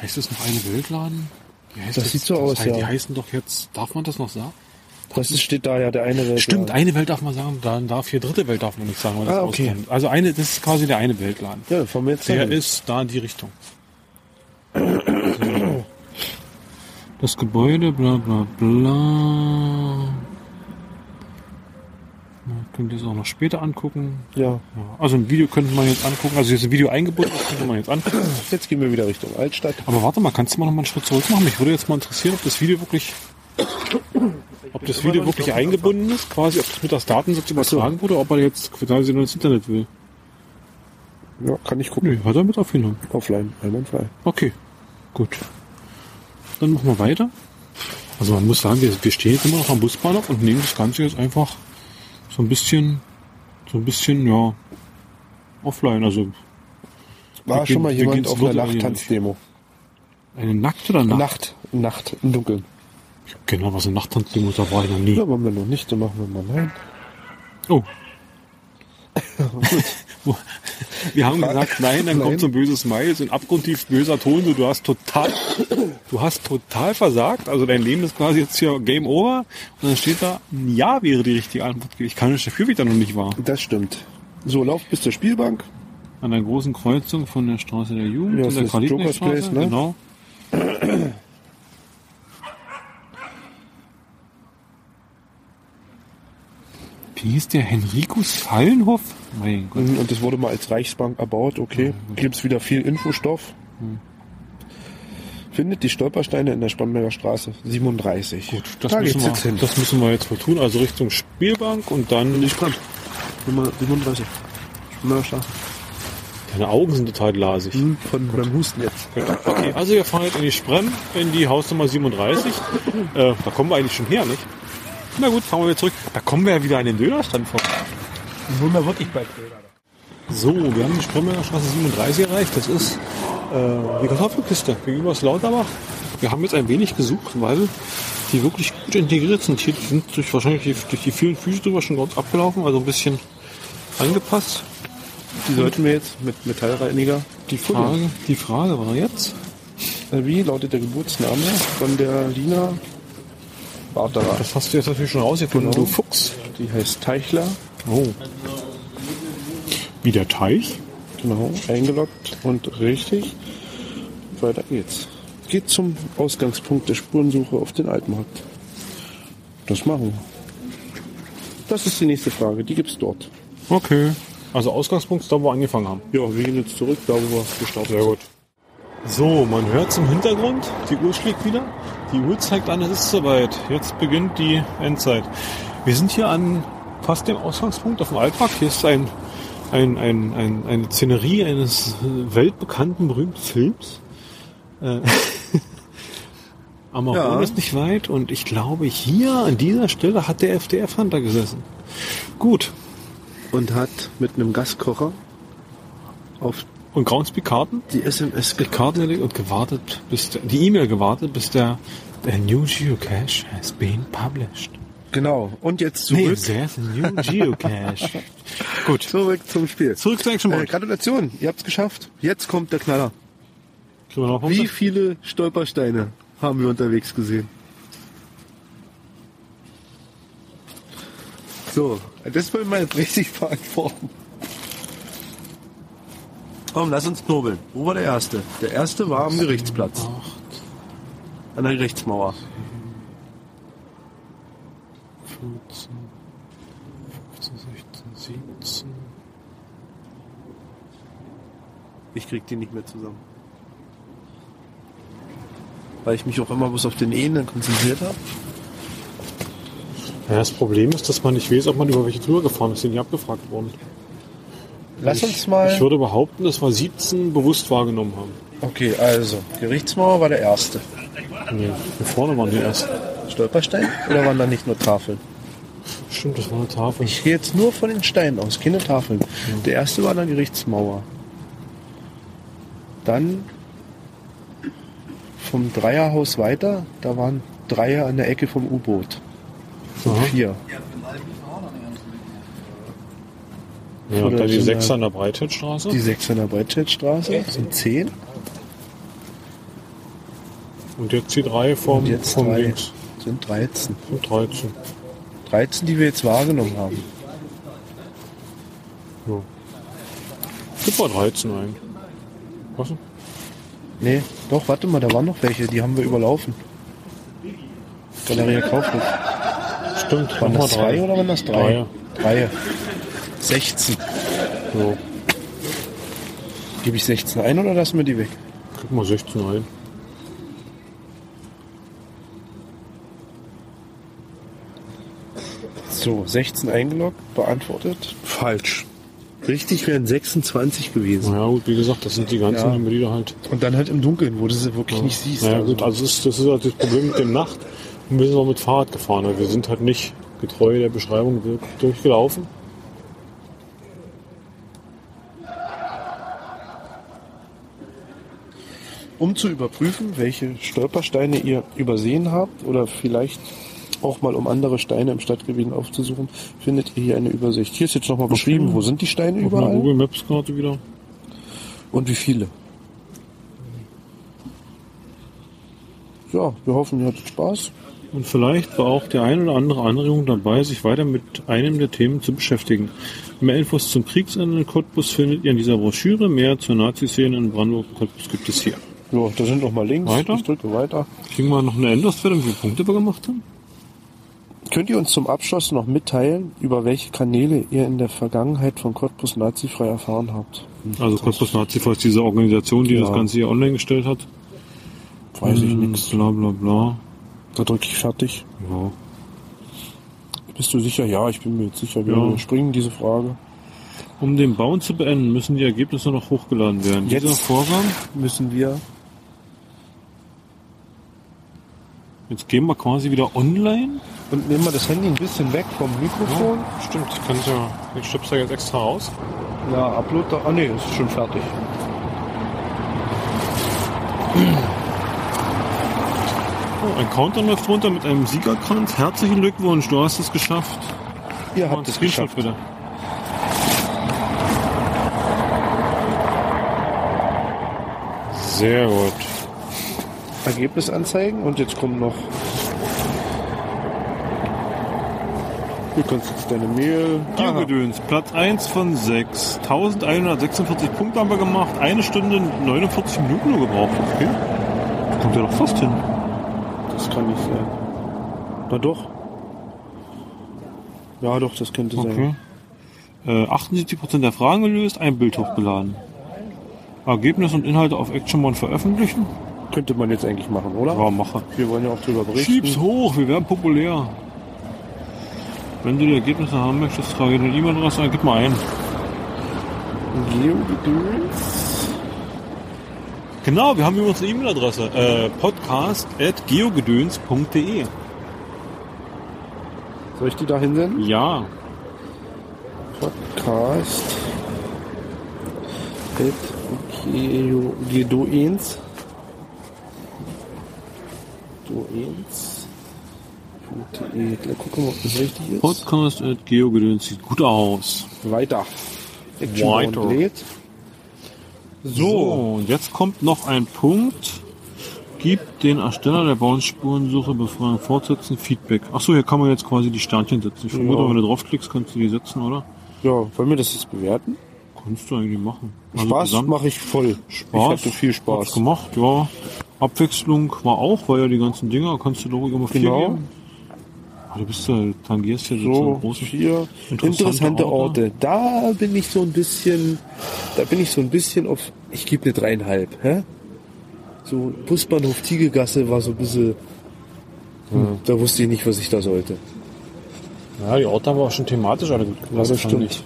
Heißt das noch eine Weltladen? Wie heißt
Das sieht so aus,
hei-
ja.
Die heißen doch jetzt. Darf man das noch sagen?
Das ist, steht da Äh, ja, der eine Welt.
Stimmt, eine Welt darf man sagen, dann darf hier dritte Welt darf man nicht sagen. Weil das
Ah, okay.
auslässt. Also eine, das ist quasi der eine Weltladen.
Ja, von mir jetzt
Der
dahin.
ist da in die Richtung. So. Das Gebäude, bla bla bla. Na, Könnt ihr es auch noch später angucken.
Ja,
Ja, also ein Video könnte man jetzt angucken. Also hier ist ein Video eingebunden, das könnte man jetzt angucken.
jetzt gehen wir wieder Richtung Altstadt.
Aber warte mal, kannst du mal noch mal einen Schritt zurück machen? Mich würde jetzt mal interessieren, ob das Video wirklich, ob das Video wirklich eingebunden ist, quasi, ob das mit das Datensatz übertragen wurde, ob er jetzt quasi nur ins Internet will.
Ja, kann ich gucken.
Nö, hat er mit aufgenommen.
Offline, einwandfrei.
Okay, gut. Dann machen wir weiter. Also man muss sagen, wir, wir stehen jetzt immer noch am Busbahnhof und nehmen das Ganze jetzt einfach so ein bisschen, so ein bisschen, ja, offline. Also
War
Wir
schon
gehen-
mal
wir
jemand
gehen's
auf einer
virtuell hier
Nachttanzdemo?
eine Nackt oder Nacht?
Nacht, Nacht, im Dunkeln.
Genau, was eine Nachttanzdemo, da war ich noch nie.
Ja, wollen wir noch nicht, dann machen wir mal nein.
Oh. Wir haben gesagt, nein, dann
Nein.
kommt so ein böses Smile, so ein abgrundtief böser Ton, so, du hast total, du hast total versagt, also dein Leben ist quasi jetzt hier Game Over und dann steht da, ein Ja wäre die richtige Antwort. Ich kann nicht dafür, wie da noch nicht war.
Das stimmt. So, lauf bis zur Spielbank.
An der großen Kreuzung von der Straße der Jugend
Ja,
und
das
der
ist Joker's
Qualitätsstraße,
Place, ne?
genau. Wie hieß der? Henricus Fallenhof? Mein Gott.
Mhm, Und das wurde mal als Reichsbank erbaut, okay. Gibt's wieder viel Infostoff. Findet die Stolpersteine in der Spamberger Straße 37.
Gut, das,
da
müssen
geht's jetzt
wir,
hin.
das müssen wir jetzt mal tun. Also Richtung Spielbank und dann.
Nicht dran. Nummer 37. Spinner Straße.
Deine Augen sind total glasig.
Mhm.
Hm, Von beim Husten jetzt.
Okay, also wir fahren jetzt in die Sprem, in die Hausnummer 37.
Mhm.
Äh, da kommen wir eigentlich schon her, nicht? Na gut, fahren wir wieder zurück. Da kommen wir ja wieder an den Dönerstand vorbei.
Wunder wirklich bald Bilder.
So, wir haben die Spremberger Straße 37 erreicht. Das ist äh, die Kartoffelkiste gegenüber aus Lauterbach. Wir haben jetzt ein wenig gesucht, weil die wirklich gut integriert sind. Hier die sind durch, wahrscheinlich die- durch die vielen Füße drüber schon ganz abgelaufen, also ein bisschen angepasst.
Die sollten wir jetzt mit Metallreiniger.
Die Frage, die Frage war jetzt.
Äh, Wie lautet der Geburtsname von der Lina Bartara?
Das hast du jetzt natürlich schon rausgefunden,
Genau.
du Fuchs.
Die heißt Teichler,
Oh. Wie der Teich?
genau, eingeloggt und richtig. Weiter geht's. Geht zum Ausgangspunkt der Spurensuche auf den Altmarkt. Das machen wir. Das ist die nächste Frage, die gibt's dort.
Okay. Also Ausgangspunkt ist da, wo wir angefangen haben.
Ja, wir gehen jetzt zurück, da wo wir gestartet
Sehr gut. So, man hört es im Hintergrund. Die Uhr schlägt wieder. Die Uhr zeigt an, es ist soweit. Jetzt beginnt die Endzeit. Wir sind hier an fast dem Ausgangspunkt auf dem Altpark. Hier ist ein, ein, ein, ein, eine Szenerie eines äh, weltbekannten, berühmten Films. Äh, Amarone
Ja.
ist nicht weit und ich glaube, hier an dieser Stelle hat der FDR-Hunter gesessen. Gut.
Und hat mit einem Gaskocher auf
Und Groundspeak-Karten?
die SMS
Karten erlegt und gewartet, bis der, die E-Mail gewartet, bis der
A new geocache has been published.
Genau. Und jetzt
Nee,
zurück,
there's a new geocache.
zurück zum Spiel.
Zurück zu Action
Äh,
Board.
Gratulation, ihr habt's geschafft. Jetzt kommt der Knaller.
Kriegen wir noch Punkte?
Wie viele Stolpersteine haben wir unterwegs gesehen?
So, das will man jetzt richtig beantworten.
Komm, lass uns knobeln. Wo war der Erste? Der Erste war am Gerichtsplatz. An der Gerichtsmauer.
14, 15, 16, 17.
Ich krieg die nicht mehr zusammen. Weil ich mich auch immer bloß auf den Ebenen konzentriert habe.
Ja, das Problem ist, dass man nicht weiß, ob man über welche drüber gefahren ist, die nicht abgefragt wurden.
Lass uns mal.
Ich würde behaupten, dass wir 17 bewusst wahrgenommen haben.
Okay, also, Gerichtsmauer war der erste.
Nee, hier vorne waren die erst.
Stolperstein? Oder waren da nicht nur Tafeln?
Stimmt, das war eine Tafel.
Ich gehe jetzt nur von den Steinen aus, keine Tafeln.
Mhm.
Der erste war dann Gerichtsmauer. Dann vom Dreierhaus weiter, da waren Dreier an der Ecke vom U-Boot. So
Aha.
vier.
Ja, und
Oder
dann die
so eine-
6 an der Breithildstraße.
Die sechs an der Breitscheidstraße sind zehn.
Und jetzt die 3 vom,
Und jetzt
vom
drei.
links.
Sind 13.
Vom 13.
13, die wir jetzt wahrgenommen haben.
Gib mal 13 ein. Was? denn?
Nee, doch, warte mal, da waren noch welche, die haben wir überlaufen. Galeria Kaufhof.
Stimmt, nochmal
Waren das zwei
drei.
oder waren das drei? Drei. 16.
Ja,
Gebe ich 16 ein oder lassen wir die weg?
gib mal 16 ein.
So, 16 eingeloggt, beantwortet.
Falsch. Richtig wären 26 gewesen.
Naja gut, wie gesagt, das sind die ganzen,
Ja.
die wir die da halt.
Und dann halt im Dunkeln, wo du sie wirklich nicht siehst.
Naja
Also,
gut, also das ist, das ist halt das Problem mit dem Nacht. Und wir sind auch mit Fahrrad gefahren. Also wir sind halt nicht getreu der Beschreibung wirklich durchgelaufen.
um zu überprüfen, welche Stolpersteine ihr übersehen habt oder vielleicht auch mal um andere Steine im Stadtgebiet aufzusuchen, findet ihr hier eine Übersicht. Hier ist jetzt nochmal beschrieben, wo sind die Steine
Auf einer
überall
Google Maps Karte wieder.
und wie viele. Ja, wir hoffen, ihr hattet Spaß.
Und vielleicht war auch der ein oder andere Anregung dabei, sich weiter mit einem der Themen zu beschäftigen. Mehr Infos zum Kriegsende in Cottbus findet ihr in dieser Broschüre. Mehr zur Nazi-Szene in Brandenburg und Cottbus gibt es hier.
Ja, da sind nochmal Links.
Weiter?
Ich drücke weiter.
Kriegen wir noch eine Endloswelle, wie viele Punkte wir gemacht haben?
Könnt ihr uns zum Abschluss noch mitteilen, über welche Kanäle ihr in der Vergangenheit von Cottbus nazifrei erfahren habt?
Also Cottbus Nazi ist diese Organisation, die
Ja.
das Ganze hier online gestellt hat.
Weiß ich
Hm,
nichts.
Bla bla bla.
Da drücke ich fertig.
Ja.
Bist du sicher? Ja, ich bin mir jetzt sicher. Wir
Ja.
überspringen diese Frage.
Um den Bauen zu beenden, müssen die Ergebnisse noch hochgeladen werden.
Jetzt-
Dieser Vorgang,
Müssen wir?
jetzt gehen wir quasi wieder online.
Und nehmen wir das Handy ein bisschen weg vom Mikrofon.
Stimmt, ich kann ja, ich schub's da jetzt extra raus.
Ja, Upload da. Ah nee, ist schon fertig.
Oh, ein Countdown läuft runter mit einem Siegerkranz. Herzlichen Glückwunsch, du hast es geschafft.
Ihr
Mach einen
habt es
Screenshot
geschafft.
bitte. Sehr gut.
Ergebnis anzeigen und jetzt kommen noch. Du kannst jetzt deine Mail. Aha.
Biergedöns, Platz 1 von 6. 1146 Punkte haben wir gemacht. Eine Stunde 49 Minuten nur gebraucht. Okay. Kommt ja doch fast hin.
Das kann nicht sein. Na doch. Ja, doch, das könnte sein.
Okay. Äh, 78% der Fragen gelöst, ein Bild hochgeladen. Ergebnis und Inhalte auf Actionmon veröffentlichen?
Könnte man jetzt eigentlich machen, oder?
Ja, mache.
Wir wollen ja auch drüber berichten.
Schieb's hoch, wir werden populär. Wenn du die Ergebnisse haben möchtest, trage eine E-Mail-Adresse ein, gib mal ein. Genau, wir haben übrigens eine E-Mail-Adresse. Äh, podcast.geogedöns.de
Soll ich die da hinsenden?
Ja,
Podcast. At okay, Gedoins.
info1.de. Gleich gucken wir, ob das richtig ist.
Podcast at Geogedöns sieht gut aus.
Weiter. Action
Weiter.
Round lädt.
So. und jetzt kommt noch ein Punkt. Gibt den Ersteller der Bounce-Spurensuche, Befragung fortsetzen, Feedback. Achso, hier kann man jetzt quasi die Sternchen setzen. Ich vermute,
Ja.
wenn du draufklickst, kannst du die setzen, oder?
Ja, wollen wir das jetzt bewerten?
Kannst du eigentlich machen. Also
Spaß
gesamt-
mache ich voll.
Spaß.
Ich hatte viel
Hat's
Spaß.
gemacht, ja. Abwechslung war auch, weil ja die ganzen Dinger kannst du doch immer vier
Genau.
geben. Ah, du bist ja, tangierst ja so,
So,
einen großen
vier
Interessante
interessante,
Orte.
Orte. Da bin ich so ein bisschen, da bin ich so ein bisschen auf, ich gebe eine dreieinhalb. Hä? So Busbahnhof Tiegelgasse war so ein bisschen, hm, da wusste ich nicht, was ich da sollte.
Ja, die Orte haben wir auch schon thematisch alle gut gemacht.
das
fand
stimmt.
ich.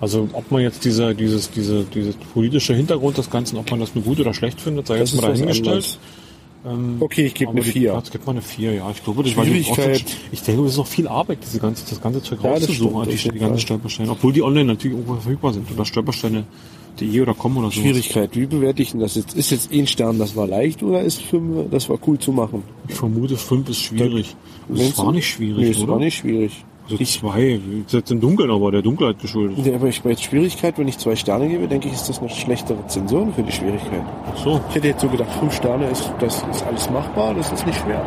Also ob man jetzt dieser, dieses, diese, dieses politische Hintergrund des Ganzen, ob man das nur gut oder schlecht findet, sei jetzt
ist
mal
was
dahingestellt.
Okay, ich gebe
Aber
eine
die-
vier.
Jetzt gibt man eine 4, ja. Ich glaube, das war die
Schwierigkeit.
Orte- Ich denke, das ist noch viel Arbeit, diese ganze, das ganze Zeug
Ja, das
rauszusuchen,
stimmt,
also
auf
die,
jeden
die ganzen
Fall.
Stolpersteine. Obwohl die online natürlich irgendwo verfügbar sind. Oder Stolpersteine.de oder com oder so.
Schwierigkeit, wie bewerte ich denn das jetzt? Ist jetzt ein Stern, das war leicht oder ist fünf, das war cool zu machen?
Ich vermute, 5 ist schwierig.
Meinst
Es war
du?
nicht schwierig,
nee, es
oder?
war nicht schwierig.
Also zwei. Jetzt im Dunkeln, aber der Dunkelheit geschuldet.
Ja, aber ich bei Schwierigkeit, wenn ich zwei Sterne gebe, denke ich, ist das eine schlechtere Zension für die Schwierigkeit.
Ach so.
Ich hätte jetzt so gedacht, fünf Sterne ist, das ist alles machbar, das ist nicht schwer.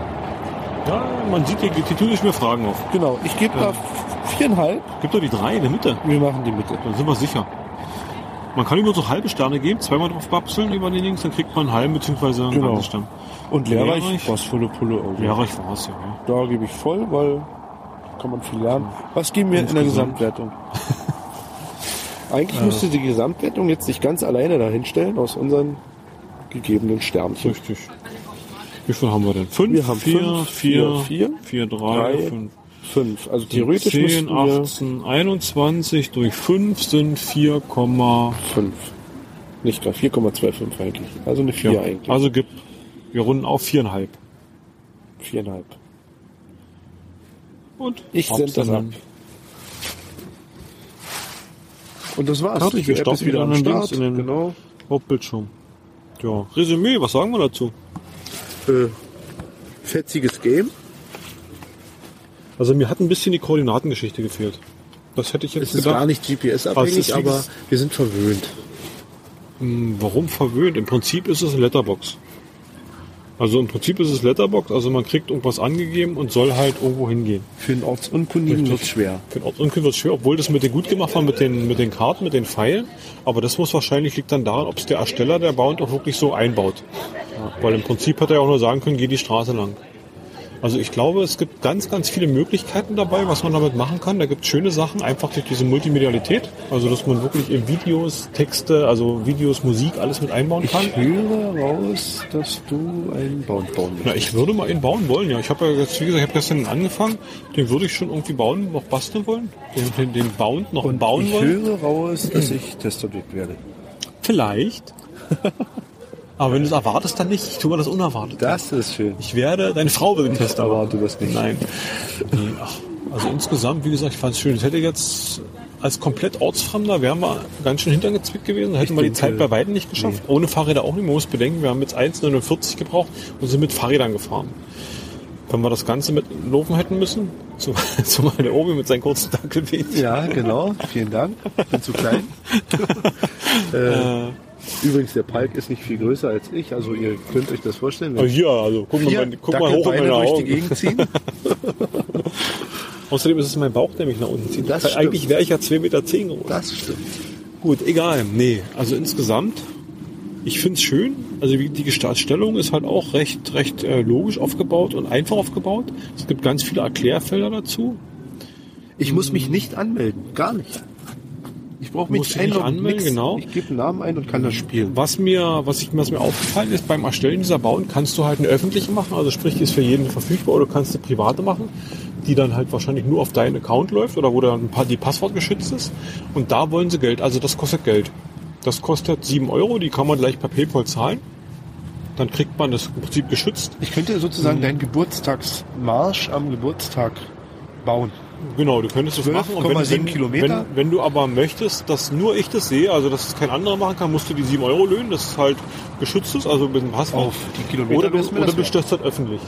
Ja, man sieht, die, die tun nicht mehr Fragen auf.
Genau, ich gebe da viereinhalb.
Gib doch die 3 in der Mitte.
Wir machen die Mitte.
Dann sind wir sicher. Man kann ihm nur so halbe Sterne geben, zweimal drauf babseln über den Links, dann kriegt man einen halben bzw. einen
Genau.
ganzen Stern.
Und lehrreich,
Lehrreich?
was volle Pulle.
oh.
Also.
Lehrreich war es, ja.
Da gebe ich voll, weil kann man viel lernen. Was geben wir in der
Insgesamt.
Gesamtwertung?
Äh.
Eigentlich müsste die Gesamtwertung jetzt nicht ganz alleine dahinstellen aus unseren gegebenen Sternchen.
Richtig. Wie viel haben wir denn? 5,
Wir haben
4,
fünf,
4,
vier,
4, 3,
drei,
5,
Fünf. Also theoretisch
10,
müssten wir
18, 21 durch 5 sind 4,
fünf. Nicht gar 4,25 eigentlich. Also eine 4
ja.
eigentlich.
Also gibt, wir runden auf 4,5.
Viereinhalb.
Und
Ich
hab's
send das
dann.
ab.
Und das war's.
Fertig, wir
Die App
starten
ist wieder
wieder
am
in den Dings,
Start.
in den-
genau.
Hauptbildschirm. Ja. Resümee, was sagen wir dazu?
Äh, fetziges Game.
Also mir hat ein bisschen die Koordinatengeschichte gefehlt. Das hätte ich jetzt
Es ist gar
gedacht.
nicht
Aber es ist
GPS-abhängig,
wie
aber
ges-
wir sind verwöhnt.
Hm, Warum verwöhnt? Im Prinzip ist es Letterbox. Also im Prinzip ist es Letterbox, also man kriegt irgendwas angegeben und soll halt irgendwo hingehen.
Für einen Ortsunkundigen
Richtig.
wird's schwer.
Für den Ortsunkel wird es schwer, obwohl das mit den gut gemacht war, mit den, mit den Karten, mit den Pfeilen. Aber das muss wahrscheinlich liegt dann daran, ob es der Ersteller der Bound auch wirklich so einbaut. Weil im Prinzip hätte er auch nur sagen können, geh die Straße lang. Also ich glaube, es gibt ganz, ganz viele Möglichkeiten dabei, was man damit machen kann. Da gibt es schöne Sachen, einfach durch diese Multimedialität. Also dass man wirklich in Videos, Texte, also Videos, Musik, alles mit einbauen kann.
Ich höre raus, dass du einen Bound bauen willst.
Na, ich würde mal einen bauen wollen, ja. Ich habe ja jetzt, wie gesagt, ich habe gestern angefangen. Den würde ich schon irgendwie bauen, noch basteln wollen. Den, den, den Bound noch
Und
bauen
ich
wollen.
höre raus, dass ich Testobjekt werde.
Vielleicht. Aber wenn du es erwartest, dann nicht. Ich tue mir das unerwartet.
Das ist schön.
Ich werde, deine Frau will den Test erwarten.
erwarte das nicht.
Nein. Nee, ach, also insgesamt, wie gesagt, ich fand es schön. Ich hätte jetzt als komplett ortsfremder wären wir ganz schön hinterngezwickt gewesen, hätten wir die
denke,
Zeit bei Weitem nicht geschafft. Ohne Fahrräder auch nicht. Man muss bedenken, wir haben jetzt 1,49 gebraucht und sind mit Fahrrädern gefahren. Wenn wir das Ganze mit Laufen hätten müssen, zum- zumal der Obi mit seinen kurzen Dackelbeet.
Ja, genau. Vielen Dank. Ich bin zu klein. äh, übrigens, der Palk ist nicht viel größer als ich. Also ihr könnt euch das vorstellen.
Also hier, also guck, mal,
vier
guck mal hoch in
Dackelbeine
meine
durch die
Augen.
Gegend ziehen.
Außerdem ist es mein Bauch, der mich nach unten zieht.
Das
Weil
stimmt.
Eigentlich wäre ich ja 2,10 Meter zehn groß.
Das stimmt.
Gut, egal. Nee, also insgesamt, ich finde es schön. Also wie- die Gestaltstellung ist halt auch recht, recht äh, logisch aufgebaut und einfach aufgebaut. Es gibt ganz viele Erklärfelder dazu.
Ich muss mich nicht anmelden. Gar nicht. Ich brauche mich
Musst
nicht
dich nicht
einloggen,
anmelden,
nix.
genau.
Ich gebe einen Namen ein und kann das spielen.
Was mir, was, ich, was mir aufgefallen ist, beim Erstellen dieser Bauen kannst du halt eine öffentliche machen, also sprich, die ist für jeden verfügbar, oder du kannst eine private machen, die dann halt wahrscheinlich nur auf deinen Account läuft oder wo dann ein paar, die Passwort geschützt ist. Und da wollen sie Geld, also das kostet Geld. Das kostet 7 Euro, die kann man gleich per PayPal zahlen. Dann kriegt man das im Prinzip geschützt.
Ich könnte sozusagen deinen Geburtstagsmarsch am Geburtstag bauen.
Genau, du könntest es machen. Und wenn,
12,7
wenn,
Kilometer?
Wenn, wenn du aber möchtest, dass nur ich das sehe, also dass es kein anderer machen kann, musst du die 7 Euro löhnen. Das ist halt geschützt ist, also mit dem Passwort.
Auf die Kilometer
Oder du,
wär's mir
oder
das
bestellst das öffentlich.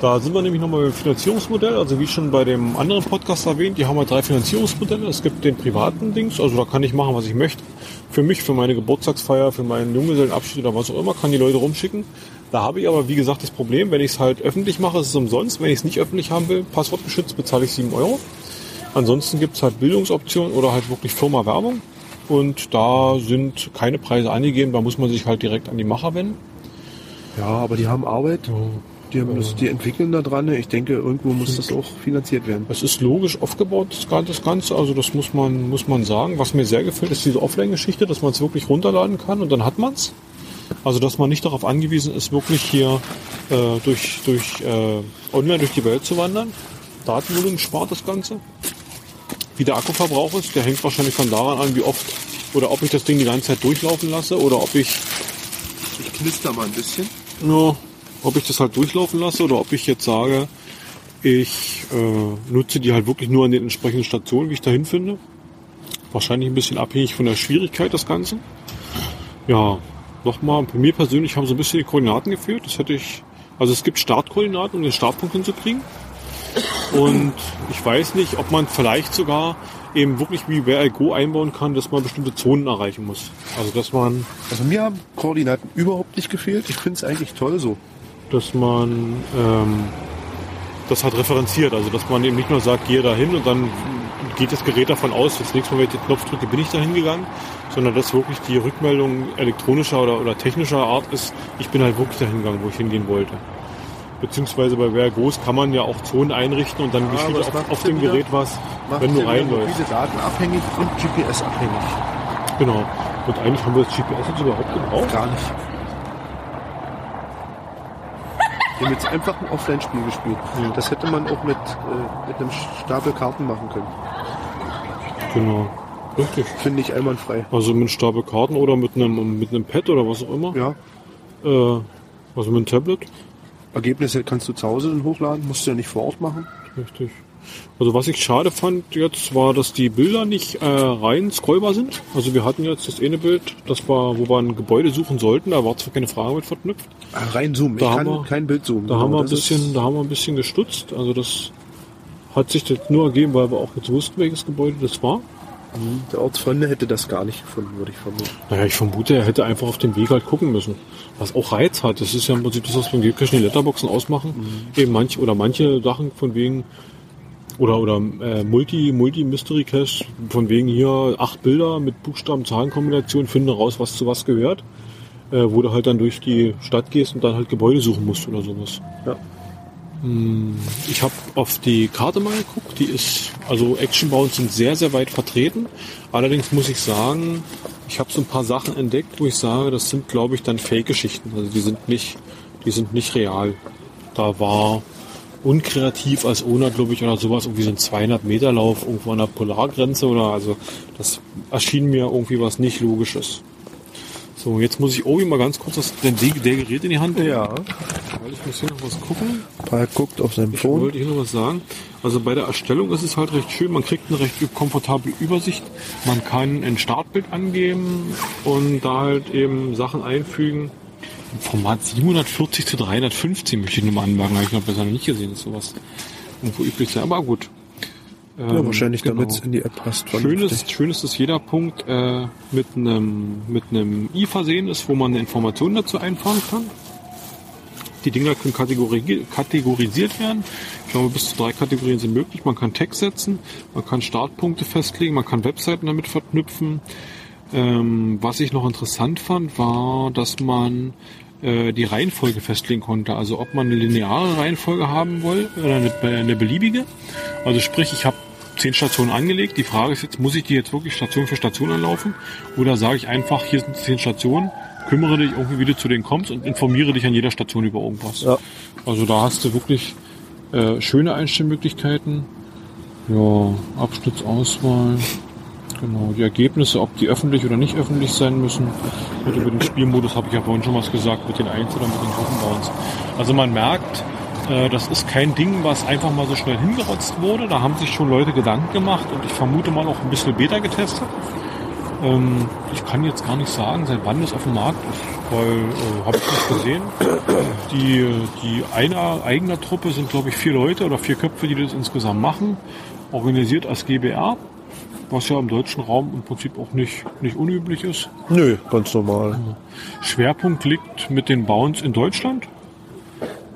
Da sind wir nämlich nochmal beim Finanzierungsmodell. Also wie schon bei dem anderen Podcast erwähnt, die haben halt drei Finanzierungsmodelle. Es gibt den privaten Dings, also da kann ich machen, was ich möchte. Für mich, für meine Geburtstagsfeier, für meinen Junggesellenabschied oder was auch immer, kann die Leute rumschicken. Da habe ich aber, wie gesagt, das Problem, wenn ich es halt öffentlich mache, ist es umsonst. Wenn ich es nicht öffentlich haben will, passwortgeschützt, bezahle ich 7 Euro. Ansonsten gibt es halt Bildungsoptionen oder halt wirklich Firma Werbung. Und da sind keine Preise angegeben, da muss man sich halt direkt an die Macher wenden.
Ja, aber die haben Arbeit. Die, haben das, die entwickeln da dran. Ich denke, irgendwo muss das auch finanziert werden.
Ähm, Es ist logisch aufgebaut, das Gan- das Ganze. Also das muss man, muss man sagen. Was mir sehr gefällt, ist diese Offline-Geschichte, dass man es wirklich runterladen kann und dann hat man es. Also dass man nicht darauf angewiesen ist, wirklich hier äh, durch, durch äh, online durch die Welt zu wandern. Datenvolumen spart das Ganze. Wie der Akkuverbrauch ist, der hängt wahrscheinlich von daran an, wie oft oder ob ich das Ding die ganze Zeit durchlaufen lasse oder ob ich
Ich knister mal ein bisschen.
ja, ob ich das halt durchlaufen lasse oder ob ich jetzt sage, ich äh, nutze die halt wirklich nur an den entsprechenden Stationen, wie ich da hinfinde. Wahrscheinlich ein bisschen abhängig von der Schwierigkeit des Ganzen. Ja, nochmal, bei mir persönlich haben so ein bisschen die Koordinaten gefehlt. Das hätte ich, also es gibt Startkoordinaten, um den Startpunkt hinzukriegen. Und ich weiß nicht, ob man vielleicht sogar eben wirklich wie Where I Go einbauen kann, dass man bestimmte Zonen erreichen muss. Also dass man
Also mir haben Koordinaten überhaupt nicht gefehlt. Ich finde es eigentlich toll so.
dass man ähm, das halt referenziert. Also dass man eben nicht nur sagt, gehe dahin und dann geht das Gerät davon aus, das nächste Mal, wenn ich den Knopf drücke, bin ich dahin gegangen, sondern dass wirklich die Rückmeldung elektronischer oder, oder technischer Art ist, ich bin halt wirklich dahin gegangen, wo ich hingehen wollte. Beziehungsweise bei Where Goes kann man ja auch Zonen einrichten und dann geschieht
aber das
auf,
macht's
auf
ja
dem
wieder-
Gerät was, wenn du reinläufst.
Diese Daten abhängig und GPS abhängig.
Genau. Und eigentlich haben wir das GPS jetzt überhaupt gebraucht.
Gar nicht. Wir haben jetzt einfach ein Offline-Spiel gespielt.
Ja.
Das hätte man auch mit, äh, mit einem Stapel Karten machen können.
Genau. Richtig.
Finde ich einwandfrei.
Also mit Stapel Karten oder mit einem, mit einem Pad oder was auch immer.
Ja.
Äh, also mit dem Tablet.
Ergebnisse kannst du zu Hause dann hochladen, musst du ja nicht vor Ort machen.
Richtig. Also was ich schade fand jetzt war, dass die Bilder nicht äh, rein scrollbar sind. Also wir hatten jetzt das eine Bild, das war, wo wir ein Gebäude suchen sollten, da war zwar keine Frage mit verknüpft.
Ah, Rein zoomen.
Da
ich
haben
kann
wir-
kein Bild zoomen.
Da haben wir ein
das ist-
bisschen, da haben wir ein bisschen gestutzt. Also das hat sich jetzt nur ergeben, weil wir auch jetzt wussten, welches Gebäude das war.
Der Ortsfreunde hätte das gar nicht gefunden, würde ich vermuten.
Naja, ich vermute, er hätte einfach auf dem Weg halt gucken müssen. Was auch Reiz hat. Das ist ja im Prinzip das, was wir im Geocaching die Letterboxen ausmachen. Eben manche oder manche Sachen von wegen oder oder äh, Multi Multi Mystery Cache von wegen hier acht Bilder mit Buchstaben Zahlenkombination finde raus, was zu was gehört. Äh, wo du halt dann durch die Stadt gehst und dann halt Gebäude suchen musst oder sowas.
Ja.
Hm, Ich habe auf die Karte mal geguckt, die ist, also Action Bounds sind sehr, sehr weit vertreten. Allerdings muss ich sagen, ich habe so ein paar Sachen entdeckt, wo ich sage, das sind glaube ich dann Fake-Geschichten. Also die sind nicht, die sind nicht real. Da war unkreativ als Owner, glaube ich, oder sowas, irgendwie so ein 200 Meter Lauf irgendwo an der Polargrenze oder also das erschien mir irgendwie was nicht Logisches. So, jetzt muss ich Obi mal ganz kurz das, den, der Gerät in die Hand nehmen,
Ja.
weil ich muss hier noch was gucken.
Paar guckt auf seinem
Ich wollte hier noch was sagen. Also bei der Erstellung ist es halt recht schön. Man kriegt eine recht komfortable Übersicht. Man kann ein Startbild angeben und da halt eben Sachen einfügen. Im Format 740 zu 315 möchte ich nur mal anmerken. Habe ich noch besser noch nicht gesehen, ist sowas irgendwo üblich. Aber gut.
Ja,
Ähm,
wahrscheinlich
genau.
damit es in die App passt.
Schön ist,
vernünftig.
schön ist, dass jeder Punkt äh, mit einem mit einem i versehen ist, wo man eine Information dazu einfahren kann. Die Dinger können kategori kategorisiert werden. Ich glaube, bis zu drei Kategorien sind möglich. Man kann Text setzen, man kann Startpunkte festlegen, man kann Webseiten damit verknüpfen. Ähm, was ich noch interessant fand, war, dass man äh, die Reihenfolge festlegen konnte. Also ob man eine lineare Reihenfolge haben will oder eine, eine beliebige. Also sprich, ich habe zehn Stationen angelegt. Die Frage ist jetzt, muss ich die jetzt wirklich Station für Station anlaufen? Oder sage ich einfach, hier sind zehn Stationen, kümmere dich irgendwie, wie du zu denen kommst und informiere dich an jeder Station über irgendwas.
Ja.
Also da hast du wirklich äh, schöne Einstellmöglichkeiten. Ja, Abschnittsauswahl. Genau, die Ergebnisse, ob die öffentlich oder nicht öffentlich sein müssen. Und über den Spielmodus habe ich ja vorhin schon was gesagt, mit den Einzel- oder mit den Gruppenbounds. Also man merkt, äh, das ist kein Ding, was einfach mal so schnell hingerotzt wurde. Da haben sich schon Leute Gedanken gemacht und ich vermute mal auch ein bisschen Beta getestet. Ähm, ich kann jetzt gar nicht sagen, seit wann das auf dem Markt ist, weil äh, habe ich nicht gesehen. Die, äh, die einer eigener Truppe sind, glaube ich, vier Leute oder vier Köpfe, die das insgesamt machen, organisiert als GBR, was ja im deutschen Raum im Prinzip auch nicht, nicht unüblich ist.
Nö, ganz normal.
Schwerpunkt liegt mit den Bounds in Deutschland.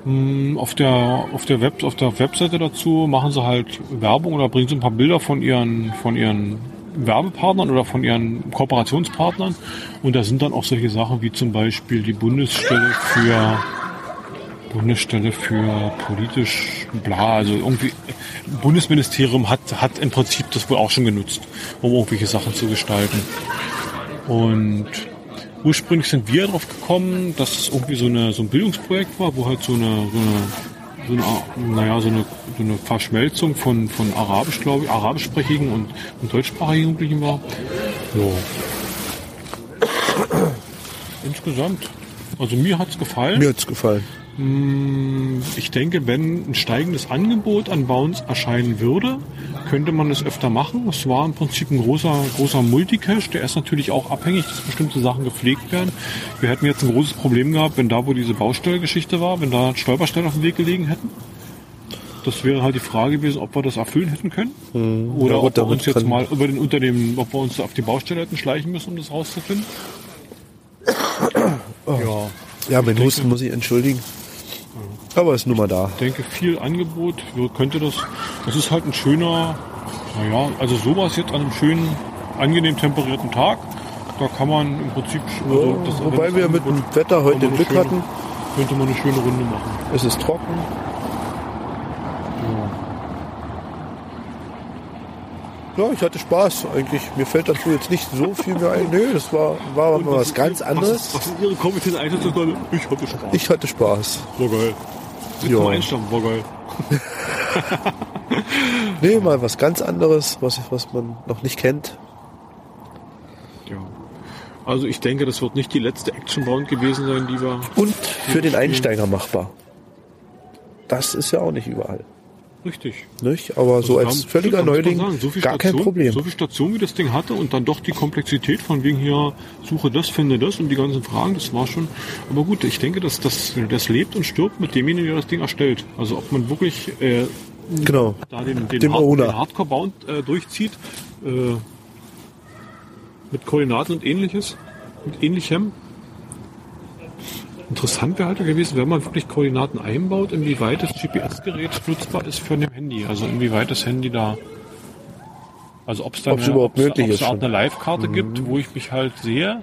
Mm, Auf der, auf, der Web, auf der Webseite dazu machen sie halt Werbung oder bringen so ein paar Bilder von ihren, von ihren Werbepartnern oder von ihren Kooperationspartnern. Und da sind dann auch solche Sachen wie zum Beispiel die Bundesstelle für Bundesstelle für politisch bla, also irgendwie Bundesministerium hat, hat im Prinzip das wohl auch schon genutzt, um irgendwelche Sachen zu gestalten. Und ursprünglich sind wir drauf gekommen, dass es irgendwie so, eine, so ein Bildungsprojekt war, wo halt so eine, so eine, so eine naja, so eine, so eine Verschmelzung von, von Arabisch, glaube ich, arabischsprachigen und, und deutschsprachigen Jugendlichen war. So. Insgesamt. Also mir hat's gefallen.
Mir hat's gefallen.
Ähm, Ich denke, wenn ein steigendes Angebot an Bounce erscheinen würde, könnte man es öfter machen. Es war im Prinzip ein großer, großer Multicache. Der ist natürlich auch abhängig, dass bestimmte Sachen gepflegt werden. Wir hätten jetzt ein großes Problem gehabt, wenn da, wo diese Baustellgeschichte war, wenn da Stolpersteine auf dem Weg gelegen hätten. Das wäre halt die Frage gewesen, ob wir das erfüllen hätten können. Oder
Mhm. Ja, gut,
ob wir
damit
uns jetzt
können-
mal über den, unter dem, ob wir uns auf die Baustelle hätten schleichen müssen, um das rauszufinden. Ja.
Ja, mein Husten muss ich entschuldigen. Aber ist nun mal da.
Ich denke, viel Angebot. Wir könnte das. Es ist halt ein schöner, naja, also sowas jetzt an einem schönen, angenehm temperierten Tag. Da kann man im Prinzip. Also das,
Wobei
das
wir mit
Angebot-
dem Wetter heute
kann man
Glück
eine schöne,
hatten.
Könnte man eine schöne Runde machen.
Es ist trocken. Ja, ich hatte Spaß eigentlich. Mir fällt dazu jetzt nicht so viel mehr ein. Nö, das war, war mal was ganz anderes.
Was sind Ihre kompetenten Einschätzungen? Ich hatte Spaß.
Ich hatte Spaß.
war geil. Jetzt
Ja.
mal einstammen, war geil.
Nee, mal was ganz anderes, was, was man noch nicht kennt.
Ja. Also ich denke, das wird nicht die letzte Action Bound gewesen sein, die wir.
Und für den Einsteiger machbar. Das ist ja auch nicht überall.
Richtig.
Nicht? Aber so
Also
als
da-
völliger
da muss man
Neuling
sagen, so viel
gar kein
Station-
Problem.
So viel Station, wie das Ding hatte und dann doch die Komplexität von wegen hier, suche das, finde das und die ganzen Fragen, das war schon. Aber gut, ich denke, dass das, das lebt und stirbt mit demjenigen, der das Ding erstellt. Also ob man wirklich äh,
Genau.
da den, den,
Dem
Hard,
Owner.
den Hardcore-Bound äh, durchzieht, äh, mit Koordinaten und ähnliches, mit ähnlichem. Interessant wäre halt gewesen, wenn man wirklich Koordinaten einbaut, inwieweit das GPS-Gerät nutzbar ist für ein Handy. Also inwieweit das Handy da. Also ob es da
Ob's überhaupt möglich
ob's
ist
da
schon. Mhm.
eine Live-Karte gibt, wo ich mich halt sehe.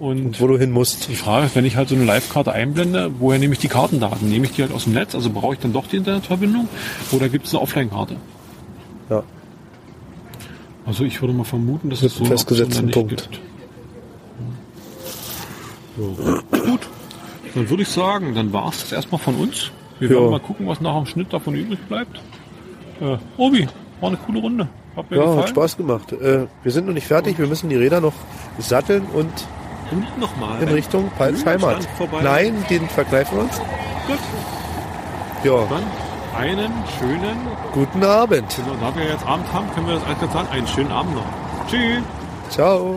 Und
Wo du hin musst.
die Frage ist, wenn ich halt so eine Live-Karte einblende, woher nehme ich die Kartendaten? Nehme ich die halt aus dem Netz, also brauche ich dann doch die Internetverbindung oder gibt es eine Offline-Karte?
Ja.
Also ich würde mal vermuten, dass
Mit
es so eine
festgesetzten
Option dann nicht
Punkt.
gibt. So. Gut, dann würde ich sagen, dann war es das erstmal von uns. Wir
Ja.
werden mal gucken, was nach dem Schnitt davon übrig bleibt. Äh, Obi, war eine coole Runde. Hat mir
Ja,
gefallen.
hat Spaß gemacht. Äh, wir sind noch nicht fertig, wir müssen die Räder noch satteln und
Und nochmal.
in Richtung Pals Heimat.
Stand vorbei.
Nein, den verkneifen wir uns.
Gut,
Ja,
dann einen schönen
guten Abend.
Genau, da wir jetzt Abend haben, können wir das alles ganz sagen. Einen schönen Abend noch. Tschüss.
Ciao.